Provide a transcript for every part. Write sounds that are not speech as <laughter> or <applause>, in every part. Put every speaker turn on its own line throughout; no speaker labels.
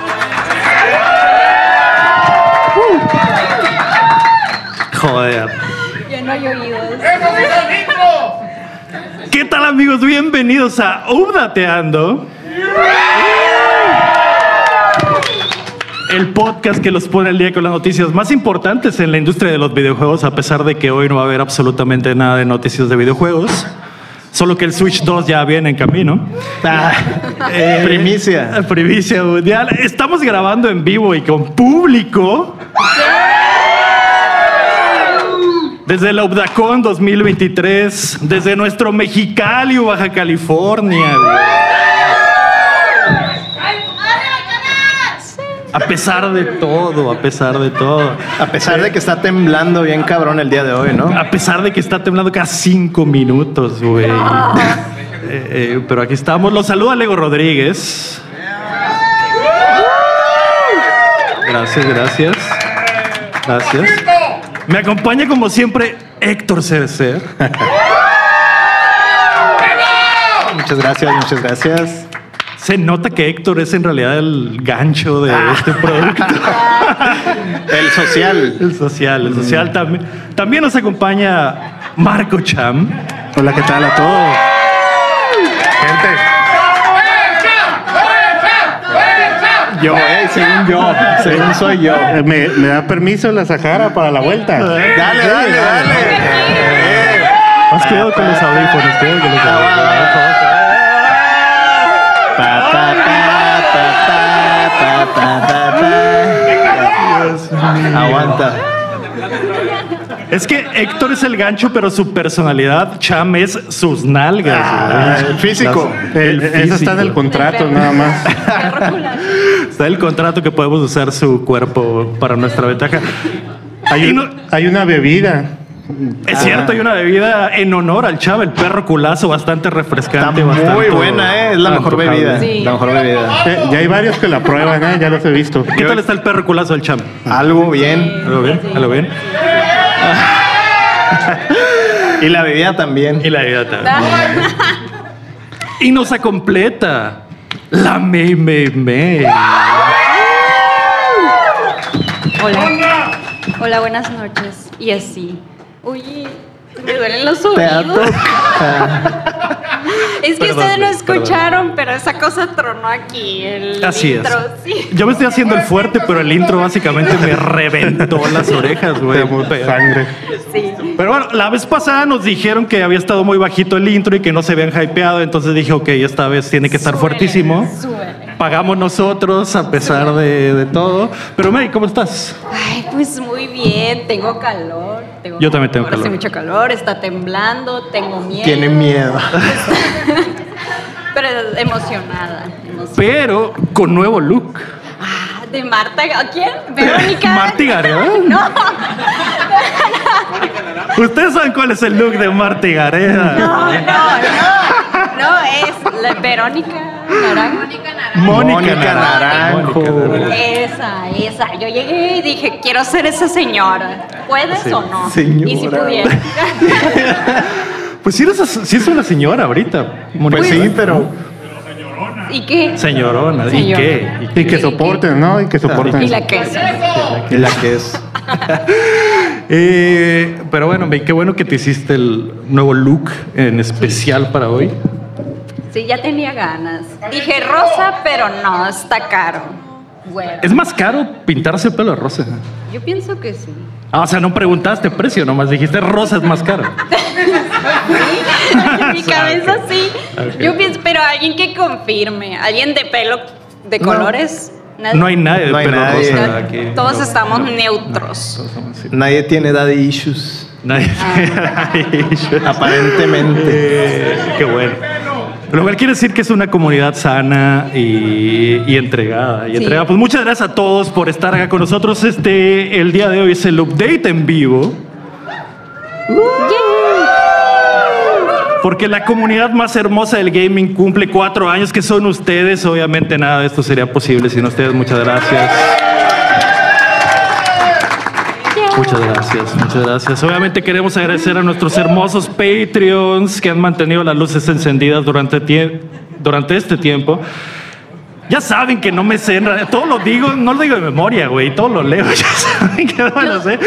<laughs>
your ears.
¡Eso sí está lindo!
¿Qué tal amigos? Bienvenidos a Udateando. El podcast que los pone al día con las noticias más importantes en la industria de los videojuegos, a pesar de que hoy no va a haber absolutamente nada de noticias de videojuegos. Solo que el Switch 2 ya viene en camino. Ah, eh,
Primicia.
Primicia mundial. Estamos grabando en vivo y con público. Desde la UBDACON 2023, desde nuestro Mexicali, Baja California. güey. A pesar de todo, a pesar de todo.
A pesar de que está temblando bien cabrón el día de hoy, ¿no?
A pesar de que está temblando cada cinco minutos, güey. Eh, eh, pero aquí estamos. Los saluda Lego Rodríguez. Gracias, gracias. Gracias. Me acompaña como siempre Héctor Cercer.
Muchas gracias, muchas gracias.
Se nota que Héctor es en realidad el gancho de
Ah.
este producto.
El <laughs> social. Mm.
El social, el social también. También nos acompaña Marco Cham.
Hola, ¿qué tal a todos?
Gente.
Yo, eh, según yo, según soy yo.
Eh, ¿Me, me da permiso la Sahara para la vuelta?
Dale, dale, dale.
Has quedado con los audífonos, cuidado con los audífonos.
Pa, pa, pa, pa, pa, pa, pa, pa, pa. Aguanta.
Es que Héctor es el gancho, pero su personalidad, Cham, es sus nalgas. güey.
Ah, El físico. Eh,
El- Eh, eso está en el
físico.
contrato nada más.
Está el contrato que podemos usar su cuerpo para nuestra ventaja.
Hay,
Y
un-
no-
hay una bebida.
es cierto, hay una bebida en honor al Cham, el perro culazo, bastante refrescante.
Está muy
bastante
buena, eh, es la mejor
antojable.
bebida.
Sí.
La mejor bebida.
Eh, ya hay varios que la prueban, ¿eh? ya los he visto.
¿Qué tal está el perro culazo del Cham?
Algo bien.
¿Algo bien? ¿Algo bien?
Y la bebida también.
Y la bebida también. <laughs> Y nos completa la May May May.
Hola. Hola, buenas noches. Y así. Oye, me duelen los
Te ha
oídos.
tocado.
Es que
Perdón,
ustedes no
perdón.
escucharon, pero esa cosa tronó aquí. El
Así es.
intro, sí.
Yo me estoy haciendo el fuerte, pero el intro básicamente me reventó las orejas, güey.
Tenemos sangre.
Sí.
Pero bueno, la vez pasada nos dijeron que había estado muy bajito el intro y que no se habían hypeado, entonces dije, ok, esta vez tiene que estar
Súbele,
fuertísimo.
súbele.
Pagamos nosotros a pesar de, de todo. Pero May, ¿cómo estás?
Ay, pues muy bien, tengo calor. tengo
Yo también tengo
Hace
calor.
mucho calor, está temblando, tengo miedo.
Tiene miedo.
Pero emocionada. emocionada.
Pero con nuevo look.
Ah, de Marta, ¿a quién? Verónica.
Marta y Gareda.
No,
<laughs> Ustedes saben cuál es el look de Marta y Gareda.
no, no. No es la Verónica Naranjo.
Mónica
Mónica
Naranjo.
Naranjo.
Esa, esa. Yo llegué y dije, quiero ser esa señora. ¿Puedes o no?
señora.
Y si pudiera.
<laughs> Pues sí, eres- sí es una señora ahorita. Mónica.
Pues sí, pero
¿Y qué?
Señorona. ¿Y
Señora.
qué? ¿Y
Y que soporten, ¿no?
Ah.
Y que soporten.
Y la queso.
la que es.
Eh, pero bueno, May, qué bueno que te hiciste el nuevo look en especial para hoy.
Sí, ya tenía ganas. Dije rosa, pero no, está caro. Bueno,
Es más caro pintarse el pelo de rosa.
yo pienso que sí. <laughs>
Ah, o sea, no preguntaste precio, nomás dijiste rosa es más caro. <laughs>
Mi cabeza sí.
Ah, Ok.
Yo pienso, pero alguien que confirme, alguien de pelo de colores. Nadie.
No hay nadie de
No hay
pelo
nadie.
rosa aquí.
Todos estamos neutros.
Nadie tiene daddy issues.
Nadie.
Ah.
<laughs>
Aparentemente.
Eh, qué bueno. Lo cual quiere decir que es una comunidad sana y, y entregada. Y entregada. Pues muchas gracias a todos por estar acá con nosotros. Este, el día de hoy es el update en vivo. Porque la comunidad más hermosa del gaming cumple cuatro años, que son ustedes. Obviamente nada de esto sería posible sin ustedes. Muchas gracias. Muchas gracias, muchas gracias. Obviamente queremos agradecer a nuestros hermosos Patreons que han mantenido las luces encendidas durante, tie- durante este tiempo. Ya saben que no me sé, en realidad, todo lo digo, no lo digo de memoria, güey, todo lo leo, <laughs> ya saben que no me lo sé.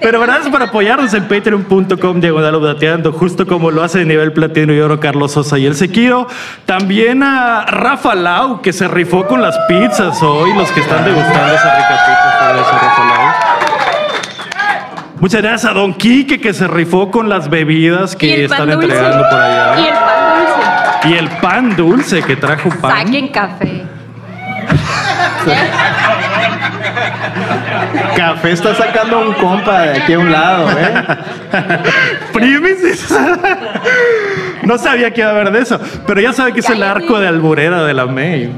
Pero gracias por apoyarnos en patreon.com, diagonal Updateando, justo como lo hace de nivel platino y oro Carlos Sosa y el Sequiro. También a Rafa Lau, que se rifó con las pizzas hoy, los que están degustando esa rica pizza. fue de ese Rafa Lau. Muchas gracias a Don Quique, que se rifó con las bebidas que están entregando por allá.
Y el pan dulce.
Y el pan dulce que trajo pan.
Saquen café.
Café está sacando un compa de aquí a un lado, ¿eh?
<laughs> Primis. <laughs> No sabía que iba a haber de eso. Pero ya sabe que es el arco de alburera de la May.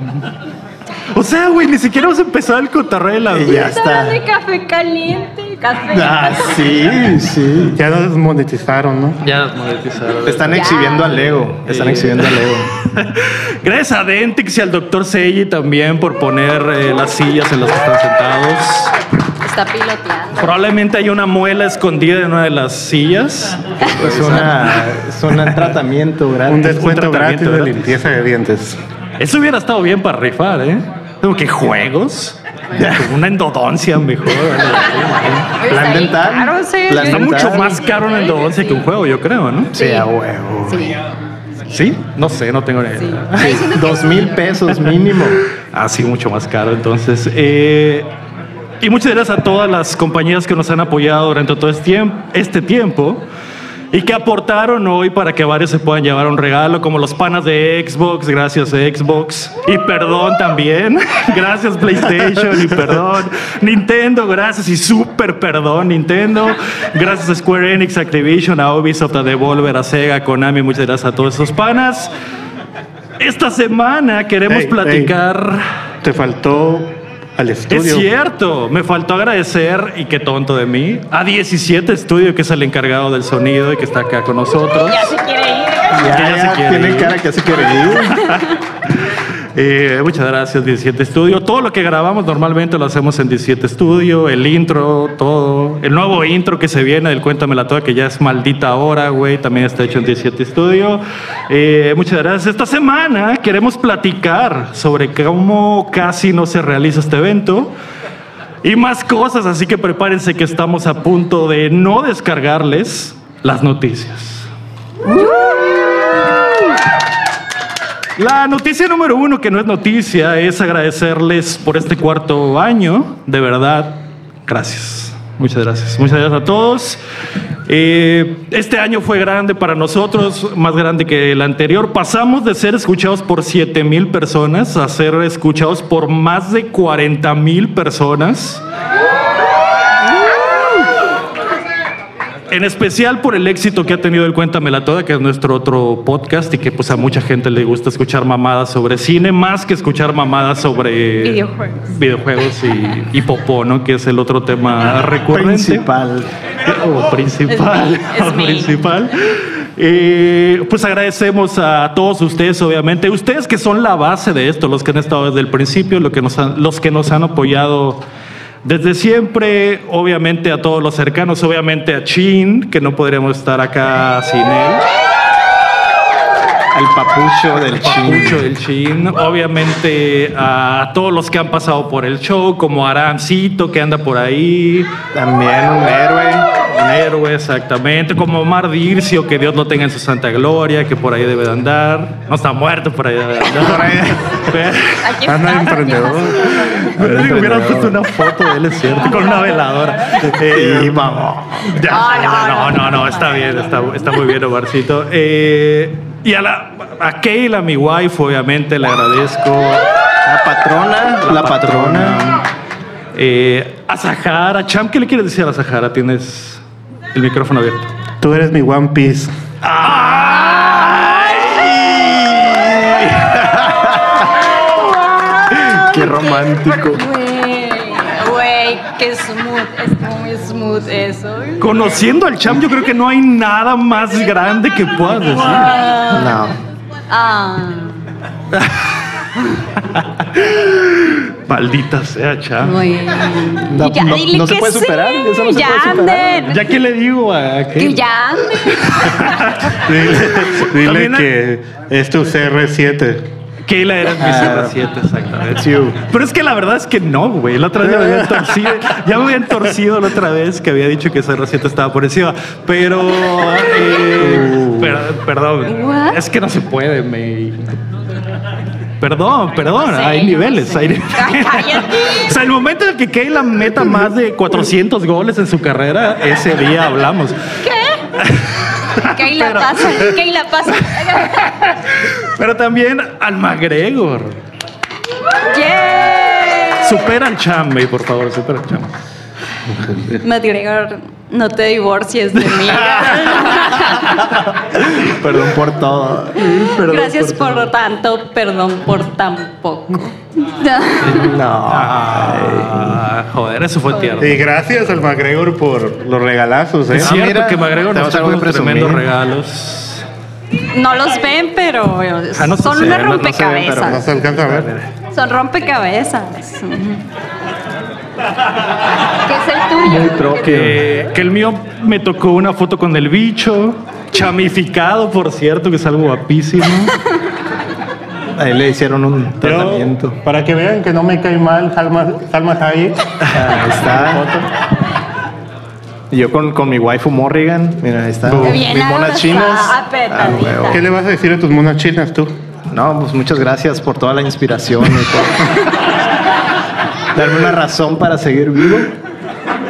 O sea, güey, ni siquiera hemos empezado el cotorreo de la
Y
May.
ya está.
de café caliente. Café.
Ah, sí, sí.
Ya nos monetizaron, ¿no?
Ya nos monetizaron.
Están exhibiendo al Lego. Están exhibiendo al Lego.
<laughs> Gracias a Dentix y al doctor Seiji también por poner eh, las sillas en las que están sentados.
Está piloteando.
Probablemente hay una muela escondida en una de las sillas.
Es, una, es un tratamiento
Un
grande.
descuento
tratamiento
gratis de
gratis.
limpieza de dientes.
Eso hubiera estado bien para rifar, ¿eh? Como que juegos. Una endodoncia mejor.
Plan dental.
Claro, sí.
Plan
Está
dental.
mucho más caro una endodoncia que un juego, yo creo, ¿no?
Sí, a huevo.
Sí.
¿Sí? No sé, no tengo ni idea.
Está diciendo que
Dos mil pesos mínimo.
Ah, sí, mucho más caro, entonces. eh, y muchas gracias a todas las compañías que nos han apoyado durante todo este tiemp- este tiempo. Y que aportaron hoy para que varios se puedan llevar un regalo, como los panas de Xbox, gracias Xbox. Y perdón también, <laughs> gracias PlayStation y perdón. Nintendo, gracias y súper perdón Nintendo. Gracias a Square Enix, Activision, a Ubisoft, a Devolver, a Sega, a Konami, muchas gracias a todos esos panas. Esta semana queremos
Ey, ey.
platicar...
Te faltó al estudio.
Es cierto, me faltó agradecer, y qué tonto de mí, a 17 Estudio, que es el encargado del sonido y que está acá con nosotros.
Ya se quiere ir.
Ya,
ya se quiere
tienen
ir.
cara que ya se quiere ir.
Eh, muchas gracias, 17 Estudio. Todo lo que grabamos normalmente lo hacemos en 17 Estudio, el intro, todo. El nuevo intro que se viene del Cuéntamela Toda, que ya es maldita hora, güey, también está hecho en 17 Estudio. Eh, muchas gracias. Esta semana queremos platicar sobre cómo casi no se realiza este evento. Y más cosas, así que prepárense que estamos a punto de no descargarles las noticias. La noticia número uno, que no es noticia, es agradecerles por este cuarto año. De verdad, gracias. Muchas gracias. Muchas gracias a todos. Eh, este año fue grande para nosotros, más grande que el anterior. Pasamos de ser escuchados por 7 mil personas a ser escuchados por más de 40 mil personas. En especial por el éxito que ha tenido el Cuéntamela Toda, que es nuestro otro podcast y que pues a mucha gente le gusta escuchar mamadas sobre cine, más que escuchar mamadas sobre
Videojuegos.
videojuegos y, y popó, ¿no? Que es el otro tema recurrente.
Principal.
O Oh, principal.
<laughs>
<laughs>
Es mi- es mi.
principal. Eh, pues agradecemos a todos ustedes, obviamente. Ustedes que son la base de esto, los que han estado desde el principio, los que nos han, los que nos han apoyado desde siempre. Obviamente a todos los cercanos, obviamente a Chin, que no podríamos estar acá sin él.
El papucho del
Mucho
chincho.
del Chin. Obviamente a todos los que han pasado por el show, como Arancito, que anda por ahí.
También un héroe.
Un héroe, exactamente. Como Omar Dircio, que Dios lo tenga en su santa gloria, que por ahí debe de andar. No está muerto, por ahí debe de andar. Pero-
Aquí
Ah, no,
estás, aquí
emprendedor.
estás.
Ah,
Pero hubieran puesto una foto de él, es cierto, con una veladora. Eh,
Y vamos.
ya,
Ah,
no,
no,
no, no, está bien, está, está muy bien, Omarcito. Eh, y a, la, a Keila, mi wife, obviamente, le agradezco.
La patrona. La patrona.
Eh, a Sahara, Cham, ¿qué le quieres decir a Sahara? Tienes el micrófono abierto.
Tú eres mi One Piece.
Qué romántico.
Güey, güey, qué smooth. Es muy smooth eso.
Conociendo al Cham, yo creo que no hay nada más grande que puedas decir.
No.
Ah,
Maldita sea, Cham.
muy bien.
No,
Y ya,
no-
dile
no se
que
puede
sí,
superar, eso no se
ya
puede superar.
anden.
¿Ya qué le digo a
Que
qué?
ya
<laughs>
anden.
<laughs> Dile, dile
También hay-
que es tu CR7.
Keila eres mi
Ah.
07, exactamente.
That's you.
Pero es que la verdad es que no, güey. La otra vez ya me habían torcido. Ya me habían torcido la otra vez que había dicho que CR7 estaba por encima. Pero. eh, per- perdón.
What?
Es que no se puede, me. Perdón, perdón.
No sé,
hay
yo no
niveles.
sé.
hay niveles.
Ay, <laughs> cállate.
O sea, el momento en el que Keila meta más de 400 goles en su carrera, ese día hablamos.
¿Qué? Keila
Pero-
pasa, Keila
<laughs>
pasa.
Pero también al McGregor.
yeah.
Supera al Cham, güey, por favor, supera al Cham.
Matt Gregor, no te divorcies
<laughs>
de mí.
Perdón por todo. Perdón
Gracias por tanto, perdón por tan poco.
todo. No.
Ah, joder, eso fue tierno.
Y gracias al McGregor por los regalazos, ¿eh?
Es cierto
mira,
que McGregor
te
nos
vas a
trajo unos
presumir.
tremendos regalos.
No los ven, pero eh,
Ah, no se
son
ven,
unas
no- no se ven, pero
No
rompecabezas.
se alcanza a ver.
Son rompecabezas. Ujú. ¿Qué es el tuyo?
Muy propio.
Que, que el mío me tocó una foto con el bicho, chamificado, por cierto, que es algo guapísimo.
A él le hicieron un tratamiento.
Yo, para que vean que no me cae mal Salma, Salma Hayek.
Ahí está. Y yo con, con mi waifu Morrigan. Mira, ahí está.
Qué
Mis
bien
monas
abrazada,
chinas.
apretadita.
Ah, huevo.
¿Qué le vas a decir a tus monas chinas tú?
No, pues muchas gracias por toda la inspiración y por <laughs> darme una razón para seguir vivo.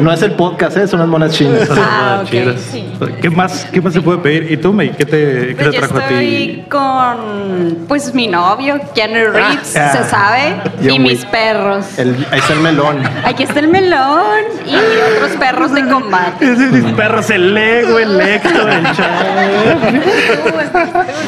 No es el podcast, ¿eh? son las monas chinas.
Ah, ok,
Chidas.
sí.
¿Qué, más, ¿Qué más se puede pedir? ¿Y tú, May? ¿Qué te, qué
Pues
te
yo
trajo a ti?
estoy con pues mi novio, Keanu Reeves,
Ah,
se sabe,
John
y mis
Wick.
perros.
El, ahí está el melón.
Aquí está el melón y otros perros de combate.
Es de mis perros, el Lego, el Héctor, <laughs> el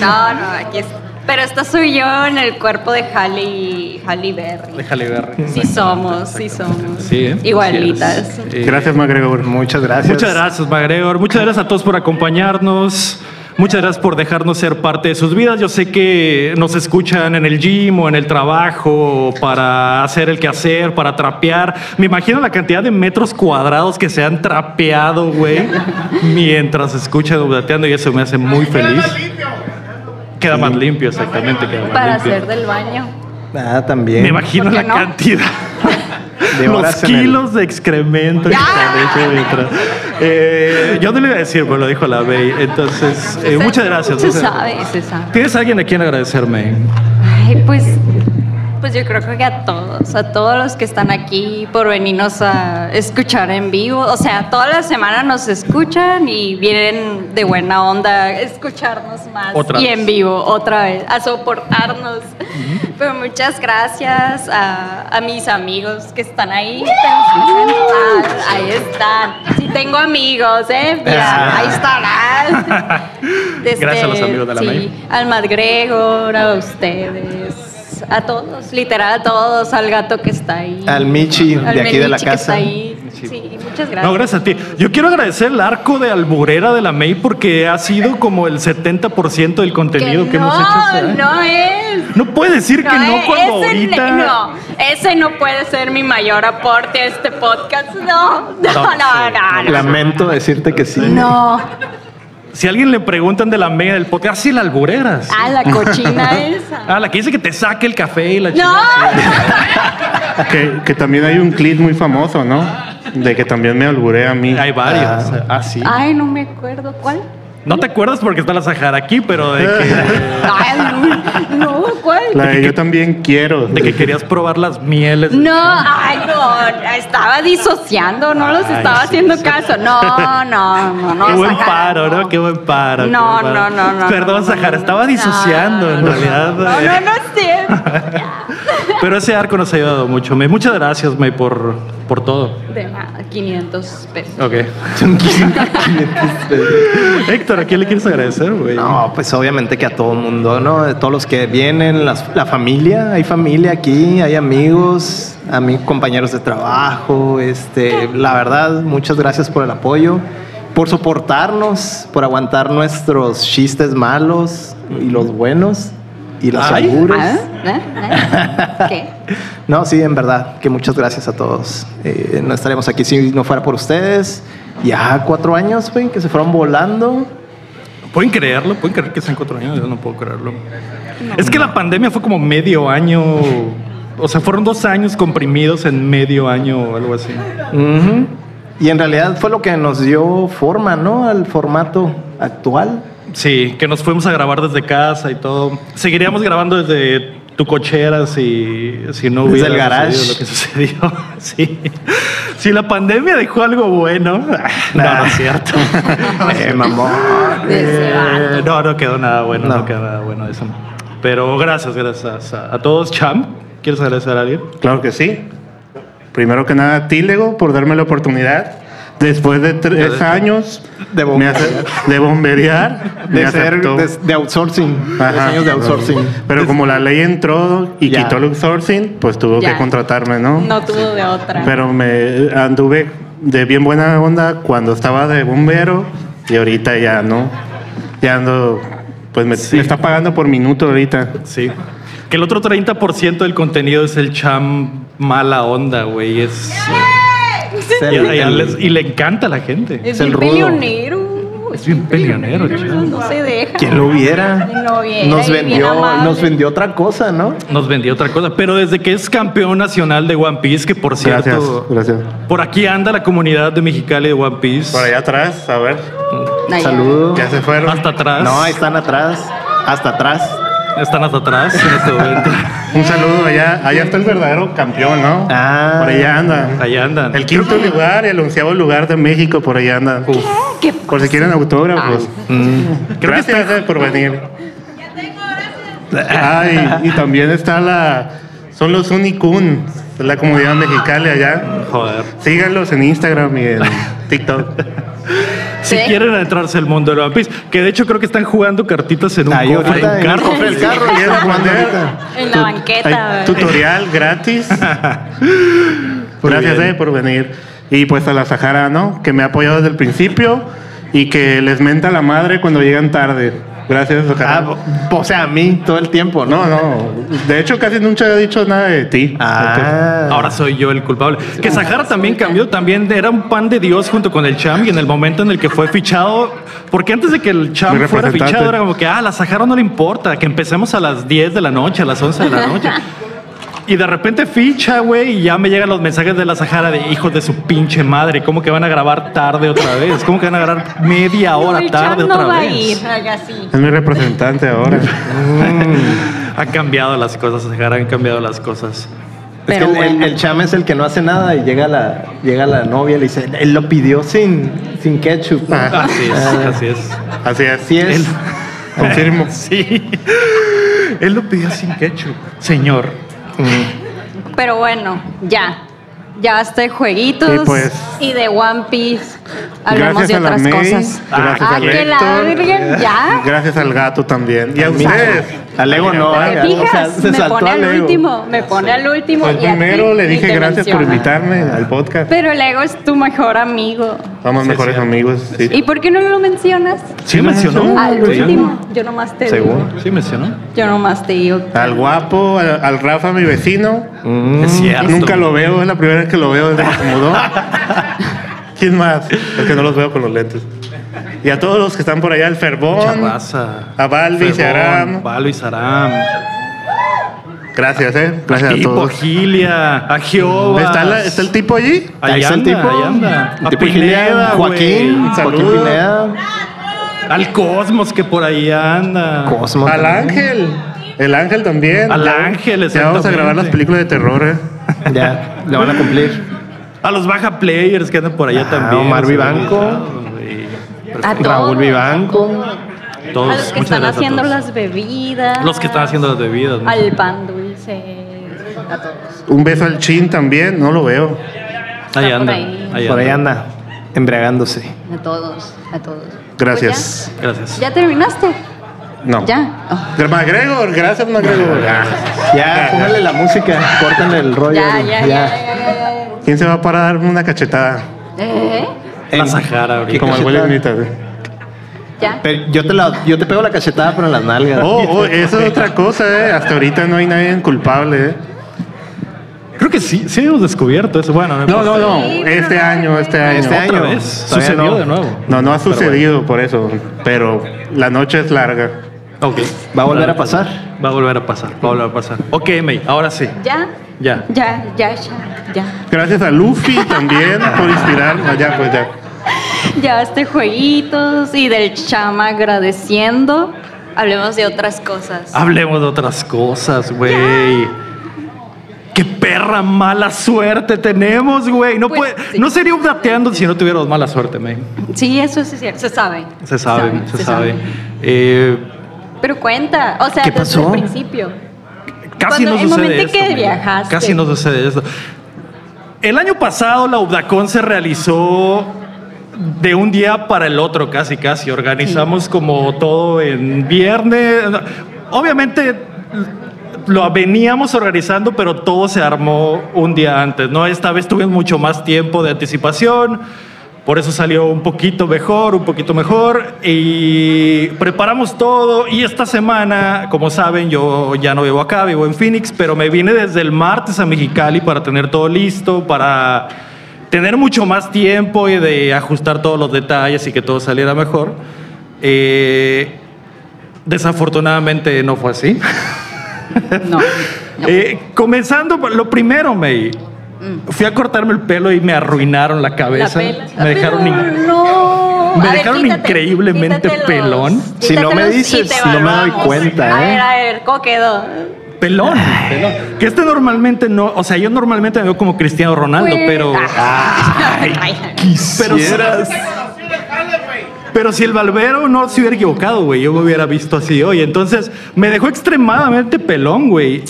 No, no, aquí es. Pero esta soy yo en el cuerpo de Halle, Halle Berry.
Déjale ver.
Sí somos, sí somos.
Sí, ¿eh?
Igualitas.
Gracias, McGregor.
Muchas gracias.
Muchas gracias, Magregor. Muchas gracias a todos por acompañarnos. Muchas gracias por dejarnos ser parte de sus vidas. Yo sé que nos escuchan en el gym o en el trabajo para hacer el quehacer, para trapear. Me imagino la cantidad de metros cuadrados que se han trapeado, güey, mientras escuchan Dudateando y eso me hace muy feliz. Queda más limpio, exactamente. queda más
Para
limpio.
hacer del baño.
Ah, también.
Me imagino
¿Por
la
qué no? <laughs>
cantidad.
De
los
horas en el-
kilos de excremento que se han hecho mientras- Eh, yo no le iba a decir, pero lo dijo la Bey. Entonces, eh, muchas gracias.
Se
muchas
sabe,
gracias.
se sabe.
¿Tienes a alguien a quien
<laughs>
agradecerme?
Ay, pues, pues yo creo que a todos, a todos los que están aquí por venirnos a escuchar en vivo. O sea, toda la semana nos escuchan y vienen de buena onda a escucharnos más
Otra
y
vez.
en vivo otra vez, a soportarnos. Pero muchas gracias a, a mis amigos que están ahí. Ah, ahí están. Sí, tengo amigos, ¿eh? Mira, ahí estarán.
Gracias a los amigos de la
Este, sí,
May.
Al Matt Gregor, a ustedes, a todos, literal a todos, al gato que está ahí.
Al Michi,
al
de aquí de la
Melichi que
casa.
está ahí. Sí, muchas gracias.
No, gracias a ti. Yo quiero agradecer el arco de alburera de la May porque ha sido como el 70% del contenido que,
no,
hemos hecho. este año.
no es.
No puede decir que no
eh,
cuando
ese
ahorita.
ne- no, ese no puede ser mi mayor aporte a este podcast. No, no,
No,
no,
sí,
no. no.
Lamento decirte que sí.
No,
Si a alguien le preguntan de la May del podcast, ah, sí, la albureras.
a la cochina
<laughs>
esa.
Ah, la que dice que te saque el café y la
No,
chingada.
Que, que también hay un clip muy famoso, ¿no? De que también me alburé a mí.
Hay varios.
Ah, ah, sí.
ay, no me acuerdo
<laughs>
cuál.
No te acuerdas porque está la Sahara aquí, pero de
<laughs>
que,
Ay, no, no, cuál.
La de yo también quiero.
de que querías probar las mieles.
No, ay, no, estaba disociando, no los estaba haciendo caso. No, no, no, no.
Qué buen
Sahara,
paro, ¿no? Qué buen paro. qué
No,
buen paro.
no, no, no,
Perdón,
no,
Sahara,
no,
estaba
no.
disociando en realidad.
No, no, no es cierto.
<laughs> Pero ese arco nos ha ayudado mucho. May. Muchas gracias, May, por, por todo.
De nada, 500 pesos.
<laughs> Ok. Héctor, ¿a quién le quieres agradecer, güey?
No, pues obviamente que a todo el mundo, ¿no? De todos los que vienen, las- la familia, hay familia aquí, hay amigos, a mí compañeros de trabajo, este, la verdad, muchas gracias por el apoyo, por soportarnos, por aguantar nuestros chistes malos y los buenos y los
Ay.
seguros.
Ah, ¿eh? ¿eh? ¿Qué?
No, sí, en verdad, que muchas gracias a todos. Eh, no estaremos aquí si no fuera por ustedes. Ya cuatro años, güey, que se fueron volando.
¿Pueden creerlo? ¿Pueden creer que sean cuatro años? Yo no puedo creerlo. Es que la pandemia fue como medio año. O sea, fueron dos años comprimidos en medio año o algo así.
Ujú. Y en realidad fue lo que nos dio forma, ¿no? Al formato actual.
<laughs>
Sí, que nos fuimos a grabar desde casa y todo. Seguiríamos grabando desde tu cochera si, si no
Desde
hubiera
el garage.
sucedido lo que sucedió. <laughs> Sí. Si la pandemia dejó algo bueno. ah, No, no es
<laughs>
cierto.
Eh, mamón.
Desde
Eh, no, no quedó nada bueno. No,
No.
quedó nada bueno de eso. no. Pero gracias, gracias a, a todos. Cham, ¿quieres agradecer a alguien?
Claro que sí. Primero que nada, a ti, Lego, por darme la oportunidad. Después de tres años
De
me hace- de bomberear,
De
me
ser
aceptó.
de, de outsourcing.
Ajá.
Tres años de outsourcing.
Pero como la ley entró y
Ya.
quitó el outsourcing, pues tuvo
Ya.
que contratarme, ¿no?
No tuvo de otra.
Pero me anduve de bien buena onda cuando estaba de bombero y ahorita ya no. Ya ando, pues me, me está pagando por minuto ahorita.
Sí. Que el otro 30% del contenido es el Cham mala onda, güey. Es,
Es
y,
el-
y-
el-
les- y le encanta a la gente.
es
es
el
bien
rudo.
peleonero.
Es bien peleonero,
peleonero, No se deja.
¿Quién lo viera?
Lo viera
Nos
y bien
vendió,
amable.
nos vendió otra cosa, ¿no?
Nos vendió otra cosa, pero desde que es campeón nacional de One Piece, que por
Gracias,
cierto,
gracias.
por aquí anda la comunidad de Mexicali de One Piece,
Por allá atrás, a ver,
Ay,
Saludo.
ya se fueron.
hasta atrás,
No, están atrás. Hasta atrás.
están hasta atrás en este momento,
Un saludo allá, allá está el verdadero campeón, ¿no?
Ah.
Por allá anda.
allá andan.
El quinto lugar y el onceavo lugar de México, por allá anda.
¿Qué
Por si quieren autógrafos.
Mm.
Gracias eh, por venir. Ay, y también está la. Son los Unicun, de la comunidad mexicana allá.
Joder.
Síganlos en Instagram y en TikTok.
Si
Sí.
quieren adentrarse al mundo de One Piece, que de hecho creo que están jugando cartitas en un
Ahí
cofre
ahorita
en
en el
carro.
cofre del carro.
Si quieren
están jugando
poner-
ahorita.
En la banqueta.
Hay tutorial
<laughs>
gratis. Gracias
bien.
eh, por venir. Y pues a la Sahara, ¿no? Que me ha apoyado desde el principio y que les menta la madre cuando llegan tarde. Gracias, Sahara.
Ah, bo- o sea, a mí todo el tiempo, ¿no?
No, no. De hecho, casi nunca he dicho nada de ti.
Ah,
Ahora soy yo el culpable. Que Sahara también cambió, también era un pan de Dios junto con el Cham y en el momento en el que fue fichado, porque antes de que el Cham
Mi
fuera
representante.
fichado era como que, ah, la Sahara no le importa, que empecemos a las 10 de la noche, a las 11 de la noche. Y de repente ficha, güey, y ya me llegan los mensajes de la Sahara de hijos de su pinche madre, ¿cómo que van a grabar tarde otra vez? ¿Cómo que van a grabar media
No,
hora
el chat
tarde
no
otra
va a
vez?
ir, haga así.
Es mi representante ahora.
Han cambiado las cosas, Sahara, han cambiado las cosas.
Es que
Pero
el, el-
bueno.
el chame es el que no hace nada y llega la, llega la novia y le dice, él lo pidió sin, sin ketchup.
Ah.
Así es,
Ah.
así es.
Así es.
Así es.
<laughs> Confirmo.
Sí. Él lo pidió sin ketchup. Señor.
Pero bueno, ya. Ya basta de jueguitos
Sí, pues.
y de One Piece. Hablamos
Gracias
de
a la
otras
May,
cosas.
gracias
ah,
a
que la
Héctor.
virgen, ya.
Gracias al gato también. Y a
Mira,
ustedes.
Al ego no,
¿Te
¿eh? O sea,
fijas?
se
me
saltó
pone
al
al
ego.
último. Me pone al último.
Pues
y a
primero
ti
le
ni
dije
te
gracias por
menciona.
invitarme al podcast.
Pero el ego es tu mejor amigo.
Somos
Sí,
mejores
sí.
amigos. sí.
¿Y por qué no lo mencionas?
Sí mencionó.
Al
Sí.
último. Yo nomás te digo.
Según.
Sí mencionó.
Yo nomás te digo.
Al guapo, al, al Rafa, mi vecino.
Es cierto.
Mm. Nunca lo veo, es la primera vez que lo veo desde que
<laughs>
se mudó. ¿Quién más? Es que no los veo con los lentes. Y a todos los que están por allá, al Ferbón.
Charraza.
A Balbi, Aram.
Balvis Aram.
Gracias, eh. Gracias a
Tipo
todos.
Gilia. A Jehová.
¿Está, la- está el tipo allí?
Ahí
está el
anda,
tipo.
ahí anda.
El
A
tipo Pineda,
Pineda,
Joaquín,
güey.
Joaquín
Saludos.
Pineda,
Al Cosmos que por ahí anda.
Cosmos.
Al Ángel. El Ángel también.
Al
Ya-
Ángel,
Ya vamos a
exactamente.
grabar las películas de terror, eh.
Ya, le van a cumplir.
A los baja players que andan por allá
Ah,
también.
Omar
los
Vivanco.
organizados, güey.
A todos.
Raúl Vivanco.
Todos.
A los que
muchas
están
gracias a
haciendo
todos.
las bebidas.
Los que están haciendo las bebidas. ¿no?
Al pan dulce. A todos.
Un beso al Chin también, no lo veo.
Ahí
por
anda.
ahí.
Por ahí anda, embriagándose.
A todos, a todos. Pues
Gracias.
Gracias.
¿Ya terminaste?
No.
Pues Ya.
MacGregor, gracias, MacGregor. Ah.
Ya, póngale la música, córtenle el rollo.
Ya, ya, ya,
¿Quién se va para darme una cachetada?
¿Eh?
La Sahara ahorita.
Como el
cachetada?
Will Smith. así.
¿Ya?
Pero yo te, la, yo te pego la cachetada, pero en las nalgas.
Oh, oh, eso es otra cosa, eh. Hasta ahorita no hay nadie culpable, eh.
Creo creo que sí, sí hemos descubierto eso. Bueno,
No, no, no.
Sí, pero
Este
no.
año, este año.
Este
Otra
año.
vez.
Todavía
Sucedió de nuevo.
No, no ha sucedido por eso, pero la noche es larga.
Ok.
Va a volver a pasar.
Va a volver a pasar, va a volver a pasar. Ok, May, ahora sí.
Ya,
Ya.
ya, ya, ya, ya.
Gracias a Luffy también por inspirarnos. Ya, pues ya.
Llevaste este jueguitos y del chama agradeciendo. Hablemos de otras cosas.
Hablemos de otras cosas, güey. Qué perra mala suerte tenemos, güey. No,
Pues,
puede-
sí.
no sería un dateando si no tuviéramos mala suerte, May.
Sí, eso sí es cierto. Se sabe.
Se sabe, se, sabe. Eh,
Pero cuenta, o sea,
¿Qué
desde
pasó?
el principio.
casi
Cuando-
no sucede
el momento en
esto,
que
May.
viajaste.
Casi no sucede esto. El año pasado la UDACON se realizó de un día para el otro, casi, casi. Organizamos como todo en viernes. Obviamente lo veníamos organizando, pero todo se armó un día antes, ¿no? Esta vez tuvimos mucho más tiempo de anticipación. Por eso salió un poquito mejor, un poquito mejor. Y preparamos todo. Y esta semana, como saben, yo ya no vivo acá, vivo en Phoenix, pero me vine desde el martes a Mexicali para tener todo listo, para tener mucho más tiempo y de ajustar todos los detalles y que todo saliera mejor. Eh, desafortunadamente no fue así.
No.
Eh, comenzando por lo primero, May. Fui a cortarme el pelo y me arruinaron la cabeza.
Mm. La pela.
me dejaron
Pero
in-
no.
<laughs> me
A ver,
dejaron
quítate,
increíblemente
quítate los-
pelón.
Si no me
quítatelos y
dices,
te
no me doy
evaluamos.
cuenta,
A
¿eh?
ver, a ver, ¿cómo quedó?
pelón, pelón. Que este normalmente no, o sea, yo normalmente me veo como Cristiano Ronaldo,
Pues, ah,
pero
ay,
pero si, pero si el Valvero no se hubiera equivocado, güey, yo me hubiera visto así hoy. Entonces, me dejó extremadamente pelón, güey.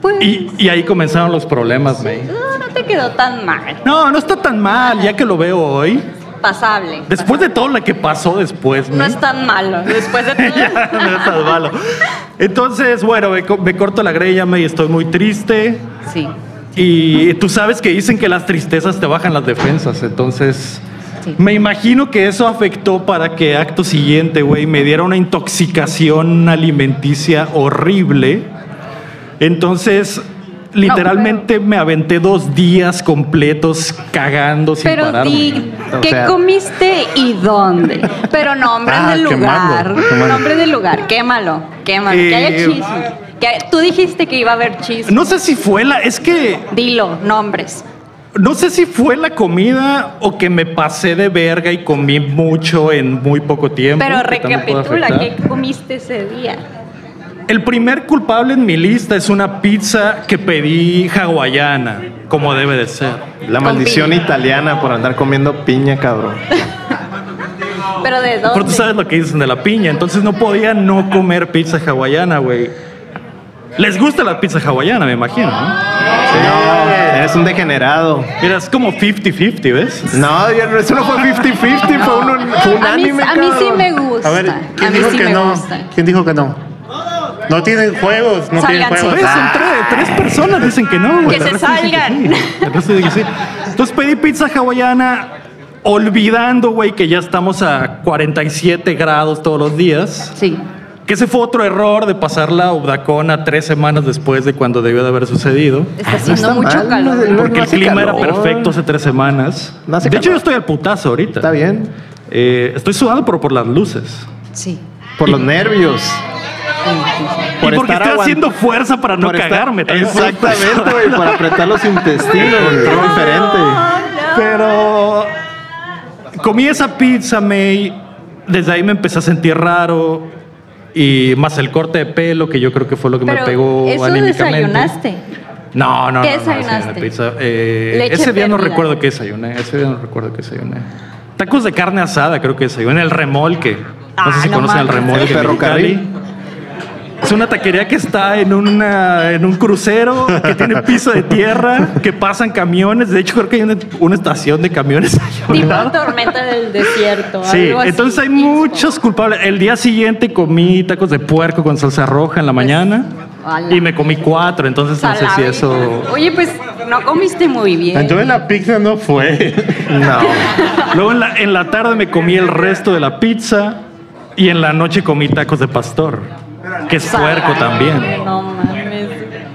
pues,
Y, y ahí comenzaron los problemas, güey.
no, no te quedó tan mal.
No, no está tan mal, ya que lo veo hoy.
Pasable.
Después de todo lo que pasó después,
No
men.
es tan malo. Después de
<laughs> Ya,
todo.
no es tan malo. Entonces, bueno, me, co- me corto la greña me estoy muy triste.
Sí,
Y tú sabes que dicen que las tristezas te bajan las defensas, entonces...
Sí.
Me imagino que eso afectó para que acto siguiente, güey, me diera una intoxicación alimenticia horrible. Entonces, literalmente me aventé dos días completos cagando sin
Pero
pararme.
di
O
qué
sea-
comiste y dónde. Pero nombre
Ah,
del lugar.
quemarlo, quemarlo.
Nombre del lugar. Quémalo. Quémalo. que haya
Eh,
chisme. Que- tú dijiste que iba a haber chisme.
No sé si fue la... Es que
Dilo, nombres.
No sé si fue la comida o que me pasé de verga y comí mucho en muy poco tiempo.
Pero
que también puede
recapitula, ¿qué
afectar.
comiste ese día?
El primer culpable en mi lista es una pizza que pedí hawaiana, como debe de ser.
La
Con
maldición
piña.
italiana por andar comiendo piña, cabrón.
Pero de
Pero tú
dónde?
sabes lo que dicen de la piña, entonces no podía no comer pizza hawaiana, güey. Les gusta la pizza hawaiana, me imagino. ¿no?
Sí, no, eres un degenerado.
Mira, es como 50-50, ¿ves?
No, ya no- eso no fue 50-50, fue un, fue un
a mí,
anime,
a mí sí
cabrón.
me gusta.
A ver,
a
¿quién
mí
dijo
sí
que
me
no?
gusta.
¿Quién dijo que no? No tienen juegos, no tienen
Sálganse.
juegos.
¿Ves? Son
Ah,
tres, tres personas dicen que no, güey.
Que se
El resto dice que
salgan.
sí. El resto dice que sí. Entonces pedí pizza hawaiana olvidando, güey, que ya estamos a 47 grados todos los días.
Sí.
Que ese fue otro error de pasar la Obdacona tres semanas después de cuando debió de haber sucedido.
Está
No
haciendo
está
mucho
mal,
calor.
no es- no-
Porque
Pues no
el
hace
clima era
calor.
perfecto hace tres semanas.
No
de
hace
hecho,
calor.
yo estoy al putazo ahorita.
Está bien.
Eh, estoy sudando, pero por las luces.
Sí.
Por los nervios. Por
y porque
estar
estoy
aguant-
haciendo fuerza para no
Por estar-
cagarme. también por eso.
Exactamente, güey. Por apretar los intestinos, güey. Es diferente.
<laughs> Pero comí esa pizza, May. Desde ahí me empecé a sentir raro. Y más el corte de pelo, que yo creo que fue lo que me
Pero
pegó
eso
anímicamente.
desayunaste.
No, no,
¿Qué
no, no,
desayunaste?
desayuné pizza. Eh,
Leche
ese día no
perdida.
recuerdo qué desayuné. Ese día no recuerdo qué desayuné. Tacos de carne asada, creo que desayuné. El remolque. No sé
Ah,
si
no
conocen el
mames.
remolque.
El
en
ferrocarril.
Mexicali. Es una taquería que está en, una, en un crucero que tiene piso de tierra, que pasan camiones. De hecho, creo que hay una, una estación de camiones. ahí a un
Tipo
lado. <laughs>
tormenta del desierto.
Sí,
algo así,
entonces hay
inspo.
muchos culpables. El día siguiente comí tacos de puerco con salsa roja en la mañana
Pues, ala.
y me comí cuatro, entonces no sé si
Salami.
eso...
Oye, pues no comiste muy bien.
Entonces la pizza no fue.
No.
Luego en la, en la tarde me comí el resto de la pizza y en la noche comí tacos de pastor, que es puerco también.
No mames.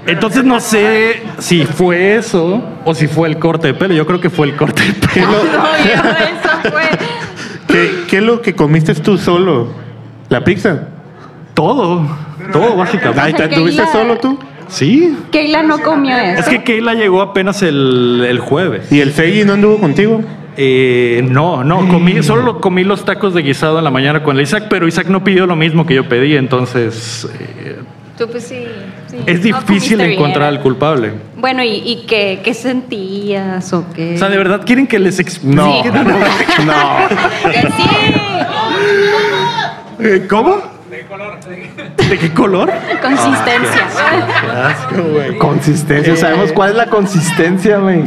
Entonces no sé si fue eso o si fue el corte de pelo. Yo creo que fue el corte de pelo.
<laughs> No, viejo, eso
<laughs>
fue.
¿Qué, qué es lo que comiste tú solo? ¿La pizza?
Todo, todo
Ay,
básicamente.
¿te ¿Tuviste
la-
solo tú?
Sí.
Keila no comió eso.
Es que Keila llegó apenas el, el jueves.
¿Y el Seiji no anduvo contigo?
Eh, no, no, comí, solo comí los tacos de guisado en la mañana con el Isaac, pero Isaac no pidió lo mismo que yo pedí, entonces eh,
Tú pues sí. sí.
es
No
difícil
comiste bien.
encontrar al culpable.
Bueno, ¿y, y qué, qué sentías o qué?
O sea, ¿de verdad quieren que les explique?
No,
Sí.
no.
Que <laughs> sí,
Eh, ¿Cómo? ¿De qué color?
consistencia.
Ah,
Consistencia. Sabemos cuál es la consistencia, güey.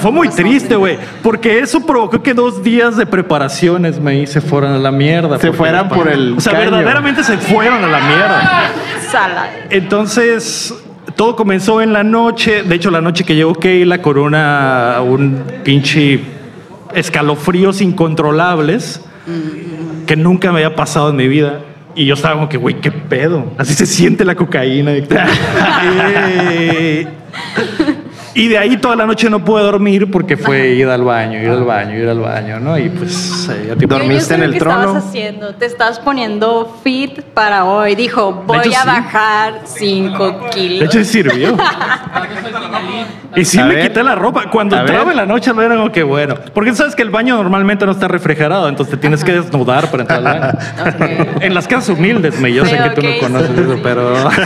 Fue muy triste, güey, porque eso provocó que dos días de preparaciones me hice fueran a la mierda.
Se
porque-
fueran por el.
O sea,
caño.
verdaderamente se fueron a la mierda.
<laughs> Sala.
Entonces, todo comenzó en la noche. De hecho, la noche que llegó Keila con una, un pinche escalofríos incontrolables que nunca me había pasado en mi vida. Y yo estaba como que, güey, qué pedo. Así se siente la cocaína. <laughs> Eh, y de ahí toda la noche no pude dormir porque fue ir al baño, ir al baño, ir al baño, ¿no? Y pues, eh, ya tipo-
Yo- yo
Dormiste
sé
en
lo
el
que
trono.
estabas haciendo? Te estabas poniendo fit para hoy. Dijo, voy
hecho,
a
sí.
bajar 5 kilos.
De hecho, sí
<laughs>
sirvió. y sí
A
me
ver.
quité la ropa. Cuando
A
entraba
ver.
en la noche, lo era como que bueno. Porque sabes que el baño normalmente no está refrigerado, entonces te tienes que desnudar para entrar al baño.
<laughs> Ok.
En las casas humildes, me yo sé
Pero,
que tú
ok,
no conoces
sí,
eso,
sí.
pero.
Sí,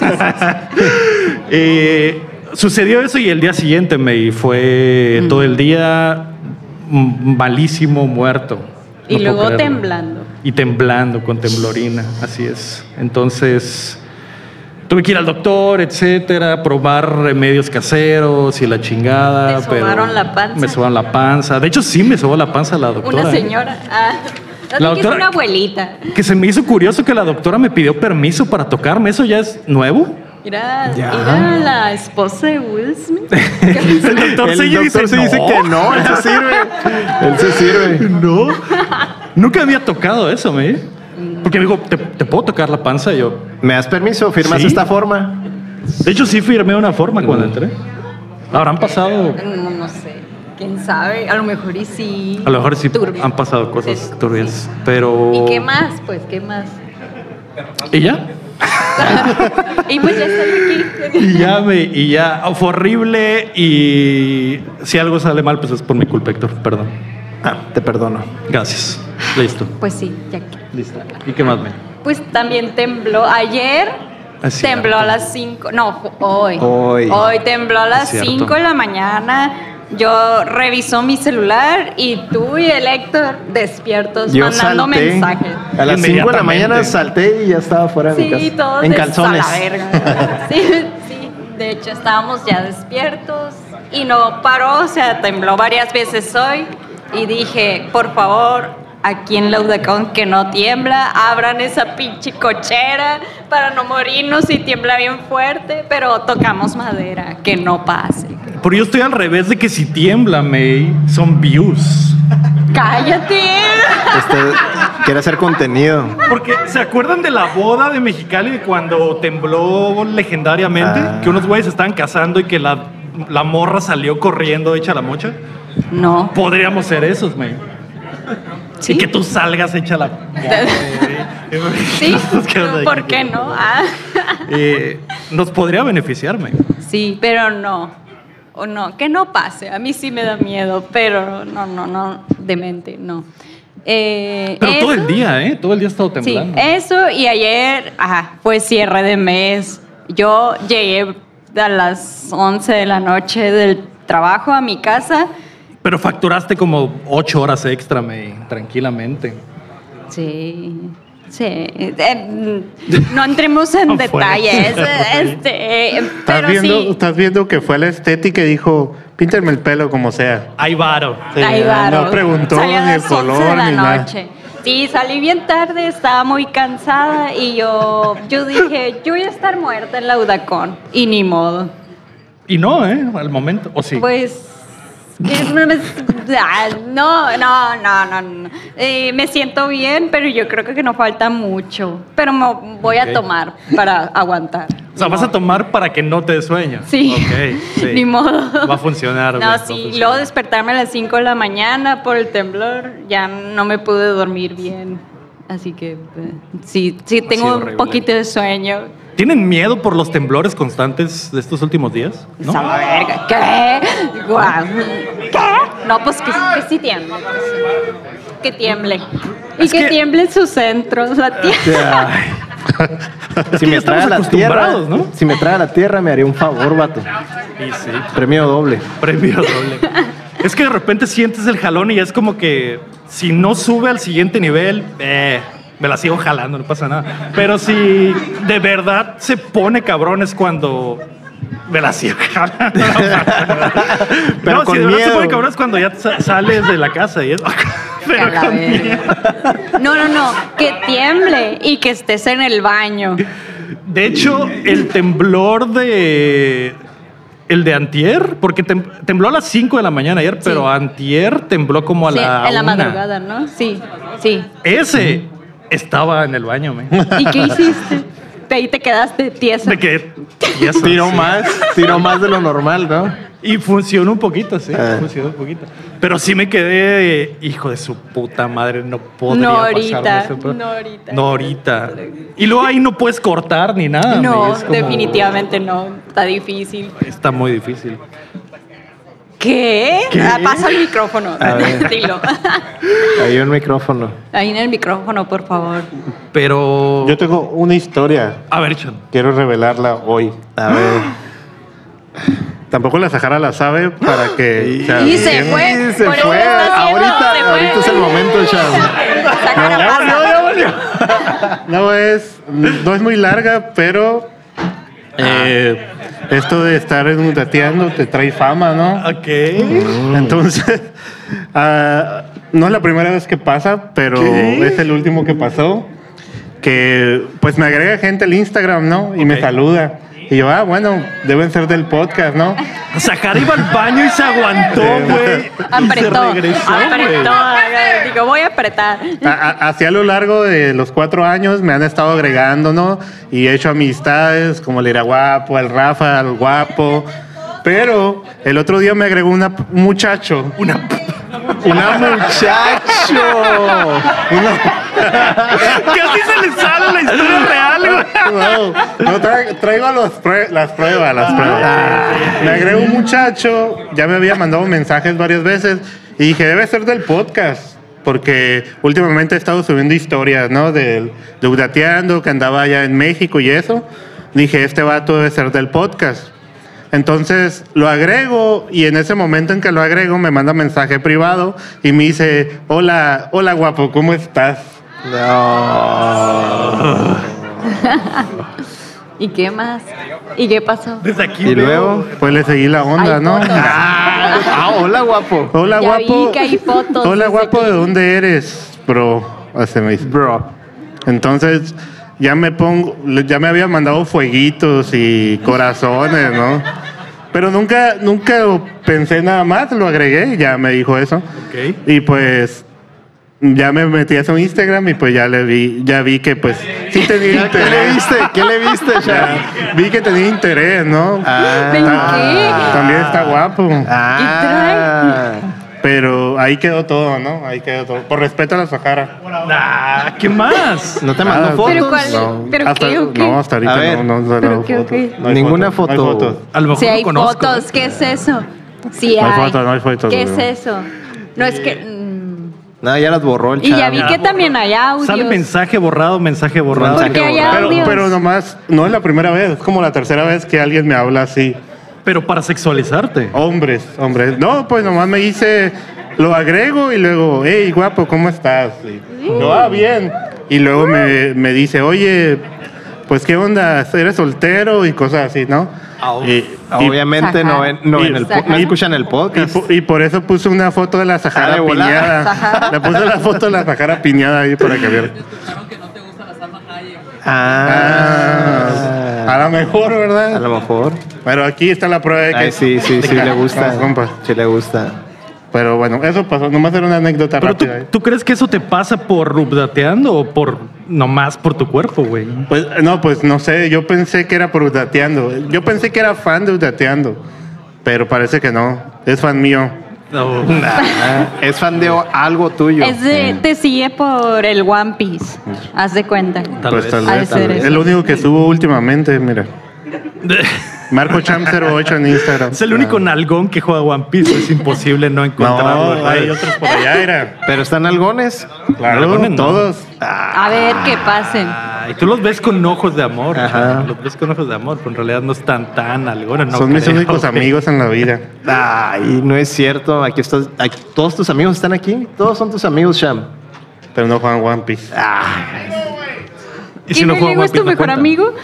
sí,
<laughs> Eh, sucedió eso y el día siguiente me fue todo el día mm, malísimo, muerto.
Y
No puedo
luego
creerlo.
temblando.
Y temblando, con temblorina, así es. Entonces, tuve que ir al doctor, etcétera, probar remedios caseros y la chingada.
¿Te sobaron
pero
la panza?
Me sobaron la panza. De hecho, sí me sobó la panza la doctora.
Una señora. Ah, no,
La
sí que es
doctora-
una abuelita.
Que se me hizo curioso que la doctora me pidió permiso para tocarme. ¿Eso ya es nuevo?
Mira,
Ya.
mira la esposa de
<laughs>
Will Smith. Que-
El doctor
el
se
doctor
dice,
se dice
"No".
que no, él se sirve. Él se sirve.
No. <laughs> Nunca había tocado eso, me. Porque me dijo, ¿te, te puedo tocar la panza? Y yo,
¿Me das permiso? ¿Firmas
Sí.
esta forma?
de hecho, sí firmé una forma cuando entré. Habrán pasado.
no, Mm, no sé. ¿Quién sabe? A lo mejor y sí.
A lo mejor sí
Turbio.
han pasado cosas
Sí.
turbias. Pero.
¿Y qué más? Pues, ¿qué más?
¿Y ya?
Y pues ya estoy aquí.
Y ya, me, y ya. oh, Fue horrible. Y si algo sale mal, pues es por mi culpa, Héctor. Perdón.
Ah, te perdono.
Gracias. Listo.
Pues sí, ya que.
Listo. ¿Y qué más, me?
Pues también tembló. Ayer
Es
tembló
Ah, cierto.
a las 5. No, fu- hoy.
Hoy.
tembló a las
Es Ah, cierto.
5 de la mañana. Yo revisó mi celular y tú y el Héctor despiertos
Yo
Pues mandando
salté. A
mensajes.
las 5 de la
Inmediatamente.
mañana salté y ya estaba fuera de mi casa.
Sí, todos
en
des-
calzones.
a la verga. Sí, sí. De hecho, estábamos ya despiertos y no paró, o sea, tembló varias veces hoy y dije, por favor, aquí en la Udacón que no tiembla, abran esa pinche cochera para no morirnos si tiembla bien fuerte, pero tocamos madera, que no pase.
Pero yo estoy al revés de que si tiembla, May, son views.
¡Cállate!
<laughs> Este, quiere hacer contenido. <laughs>
Porque se acuerdan de la boda de Mexicali de cuando tembló legendariamente,
Ah.
que unos güeyes estaban casando y que la, la morra salió corriendo hecha la mocha.
No.
Podríamos ser esos, güey.
¿Sí?
Y que tú salgas hecha la
<laughs>
mocha. güey. <laughs>
¿Sí?
Nos quedamos ahí.
¿Por qué no? Ah.
Eh, nos podría beneficiar, güey.
Sí, pero no. O no, que no pase. A mí sí me da miedo, pero no, no, no, demente, no. Eh,
Pero todo el
eso-
día, ¿eh? Todo el día ha estado
Sí, Eh.
temblando.
eso y ayer, ajá, fue cierre de mes. Yo llegué a las 11 de la noche del trabajo a mi casa.
Pero facturaste como ocho horas extra, güey, tranquilamente.
Sí. Sí, eh, no entremos
<laughs>
en
No fue.
detalles, este, eh,
¿Estás
pero
viendo,
sí,
estás viendo que fue la estética y dijo, píntenme el pelo como sea.
Hay varo.
Sí,
Ahí
no
varo.
preguntó
Salí a
ni
las
el color
11 de la
ni nada.
noche. Sí, salí bien tarde, estaba muy cansada y yo, yo dije, yo voy a estar muerta en la Udacón. Y ni modo.
Y no, ¿eh? Al momento. O sí.
Pues. es- no, es- ah, No, no, no, no. no. Eh, me siento bien, pero yo creo que no falta mucho. Pero me voy
Ok.
a tomar para aguantar.
O sea, vas a tomar para que no te dé sueño.
Sí. <laughs>
Ok, sí.
Ni modo.
Va a funcionar. güey, va
No,
a
sí.
funcionar.
Luego despertarme a las 5 de la mañana por el temblor, ya no me pude dormir bien. Así que eh, sí, sí tengo
sido
un
horrible.
poquito de sueño.
¿Tienen miedo por los temblores constantes de estos últimos días? ¿No?
Esa verga. ¿Qué? Guau. ¿Qué? No, pues que, que sí tiemble. pues. Que tiemble. Y
Es
que,
que- Ah,
tiemble en sus centros. La tierra.
Si
ya
me
estamos
trae a la tierra,
acostumbrados, ¿no?
si me trae a la tierra me haría un favor, vato.
Sí, sí.
Premio doble.
Premio doble. es que de repente sientes el jalón y es como que si no sube al siguiente nivel, eh, me la sigo jalando, no pasa nada. Pero si de verdad se pone cabrón es cuando me la sigo
<laughs>
jalando. No,
Pero
si
con
de verdad se
miedo.
pone cabrón es cuando ya sa- sales de la casa y es... <laughs>
A
Pero
la
con
verga.
miedo.
No, no, no. Que tiemble y que estés en el baño.
De hecho, el temblor de. El de Antier, porque tem- tembló a las 5 de la mañana ayer, pero Antier tembló como a
Sí,
la.
en la
una.
madrugada, ¿no? Sí, sí.
Ese estaba en el baño, me.
¿Y
<laughs>
qué hiciste? De ahí te quedaste tiesa.
De que. y <laughs> eso,
Tiró
sí.
más, tiró más de lo normal, ¿no?
Y funcionó un poquito, sí.
Ah.
Funcionó un poquito. Pero sí me quedé. de, hijo de su puta madre, no podría
No
pasarme
ahorita,
ese pedo".
no ahorita.
No ahorita. Y luego ahí no puedes cortar ni nada.
Ah,
me,
No,
es como-
definitivamente no. Está difícil.
Está muy difícil.
¿Qué?
¿Qué?
Ah, pasa el micrófono.
A ver.
<laughs> Dilo.
Ahí un micrófono.
Ahí en el micrófono, por favor.
Pero.
Yo tengo una historia.
A ver, Chan.
Quiero revelarla hoy.
<gasps>
A ver.
Tampoco la Sahara la sabe
<gasps>
para que. sea,
Y se
bien.
fue.
Y se
por eso
fue.
está haciendo,
Ahorita-
se fue.
ahorita es el momento, chavo.
Sacar a
No, ya
pasa.
valió, No es, no es muy larga, pero
Ah.
eh, esto de estar enundateando te trae fama, ¿no?
Ok.
Entonces, <laughs> ah, no es la primera vez que pasa, pero
¿Qué?
es el último que pasó. Que pues me agrega gente al Instagram, ¿no? Y me
Ok.
saluda. Y yo, ah, bueno, deben ser del
<laughs>
podcast, ¿no?
Sahara iba al baño y se aguantó, güey.
<laughs> Apretó.
Y se regresó,
apretó.
güey.
Digo, voy a apretar.
A- a- Así a lo largo de los cuatro años me han estado agregando, ¿no? Y he hecho amistades como el Iraguapo, el Rafa, el Guapo. Pero el otro día me agregó una, p- un muchacho.
Una p-
Una muchacha.
¡Chacho!
Casi se le sale la historia real, güey.
No, no, tra- traigo los prue- las pruebas, las pruebas. Me agregó un muchacho, ya me había mandado mensajes varias veces y dije, debe ser del podcast, porque últimamente he estado subiendo historias, ¿no? Del deudateando, que andaba allá en México y eso. Dije, este vato debe ser del podcast. Entonces lo agrego y en ese momento en que lo agrego me manda mensaje privado y me dice, hola, hola guapo, ¿cómo estás?
No.
¿Y qué más? ¿Y qué pasó?
Desde aquí.
Y
veo-
luego.
Pues le seguí la onda,
Ay,
¿no?
fotos.
Ah, hola, guapo.
Hola
Ya
guapo.
vi que hay fotos,
Hola
dice
guapo,
aquí.
¿de dónde eres, bro? Así me dice.
Bro.
Entonces ya me pongo, le- ya me había mandado fueguitos y corazones, ¿no? Pero nunca, nunca pensé nada más, lo agregué, ya me dijo eso.
Ok.
Y pues ya me metí a su Instagram y pues ya le vi, ya vi que pues sí tenía
¿Qué le
interés.
viste? ¿Qué le viste, Chacho?
Ya, vi que tenía interés, ¿no?
¿En
Ah,
qué?
También está guapo.
Ah.
Pero ahí quedó todo, ¿no? Ahí quedó todo. Por respeto a la Sahara.
Ah, ¿qué más?
¿No te mandó
Ah,
fotos?
¿Pero cuál? ¿Pero
hasta,
qué o qué?
No, hasta ahorita
A ver.
no, no, no,
¿Pero
no,
qué o qué?
fotos. No hay
Ninguna
fotos,
foto.
No hay fotos.
A lo mejor
Si
lo
hay
conozco.
fotos, ¿qué es eso? Sí
No hay
hay.
fotos, no hay fotos,
¿Qué es
güey.
eso? No es que. mm.
No, ya las borró el
Y ya
chavo.
vi que también hay audios.
Sale mensaje borrado, mensaje borrado.
Porque hay
Pero,
audios.
pero nomás, no es la primera vez, es como la tercera vez que alguien me habla así.
Pero para sexualizarte.
Oh, Hombres, hombres. No, pues nomás me dice, lo agrego y luego, hey, guapo, ¿cómo estás? Y, no, ah, bien. Y luego me, me dice, oye, pues qué onda, eres soltero y cosas así, ¿no? Y- y-
Ah, Obviamente no, ven, no, ven el po- no
Sacar.
escuchan el
Y,
podcast.
po- y por eso puse una foto de la Sahara
Ah, de volada.
piñada. Le puse la foto de la Sahara piñada ahí para que vieran. Ah,
Ah.
a lo mejor,
A
¿verdad?
lo mejor.
Pero aquí está la prueba de que.
Ay, sí, sí, sí, le gusta.
Vamos, compa.
Sí, le gusta.
Pero bueno, eso pasó. Nomás era una anécdota
Pero tú,
rápida.
¿tú crees que eso te pasa por rubdateando o por nomás por tu cuerpo, güey.
Pues, no, pues no sé, yo pensé que era por Dateando. Yo pensé que era fan de Dateando, pero parece que no. Es fan mío.
No. pues,
Ah, es fan de o- algo tuyo. Mm.
Es
Mm.
de- te sigue por el One Piece. Haz de cuenta.
Tal
Pues,
vez.
tal
Ha de
vez, tal
ser
vez.
eso.
Es lo único que subo últimamente, mira. Marco Champ 08 en Instagram.
<laughs>
Ah.
Es el único nalgón que juega One Piece. Es imposible no encontrarlo.
No,
¿verdad?
hay otros por allá, <laughs> era.
Pero están algones.
Claro,
Dragones, no.
todos.
A ver qué
Ah.
pasen.
Ay, tú los ves con ojos de amor.
Ajá.
chico, Los ves con ojos de amor, pero en realidad no están tan algunos.
Son mis únicos amigos en la vida.
Ay, Ah, no es cierto. Aquí estás. aquí- todos tus amigos están aquí. Todos son tus amigos, Sham.
Pero no juegan One Piece.
¿Y si
¿Quién
no juega
Lego
One
es
Piece,
tu
no
mejor
cuenta?
amigo?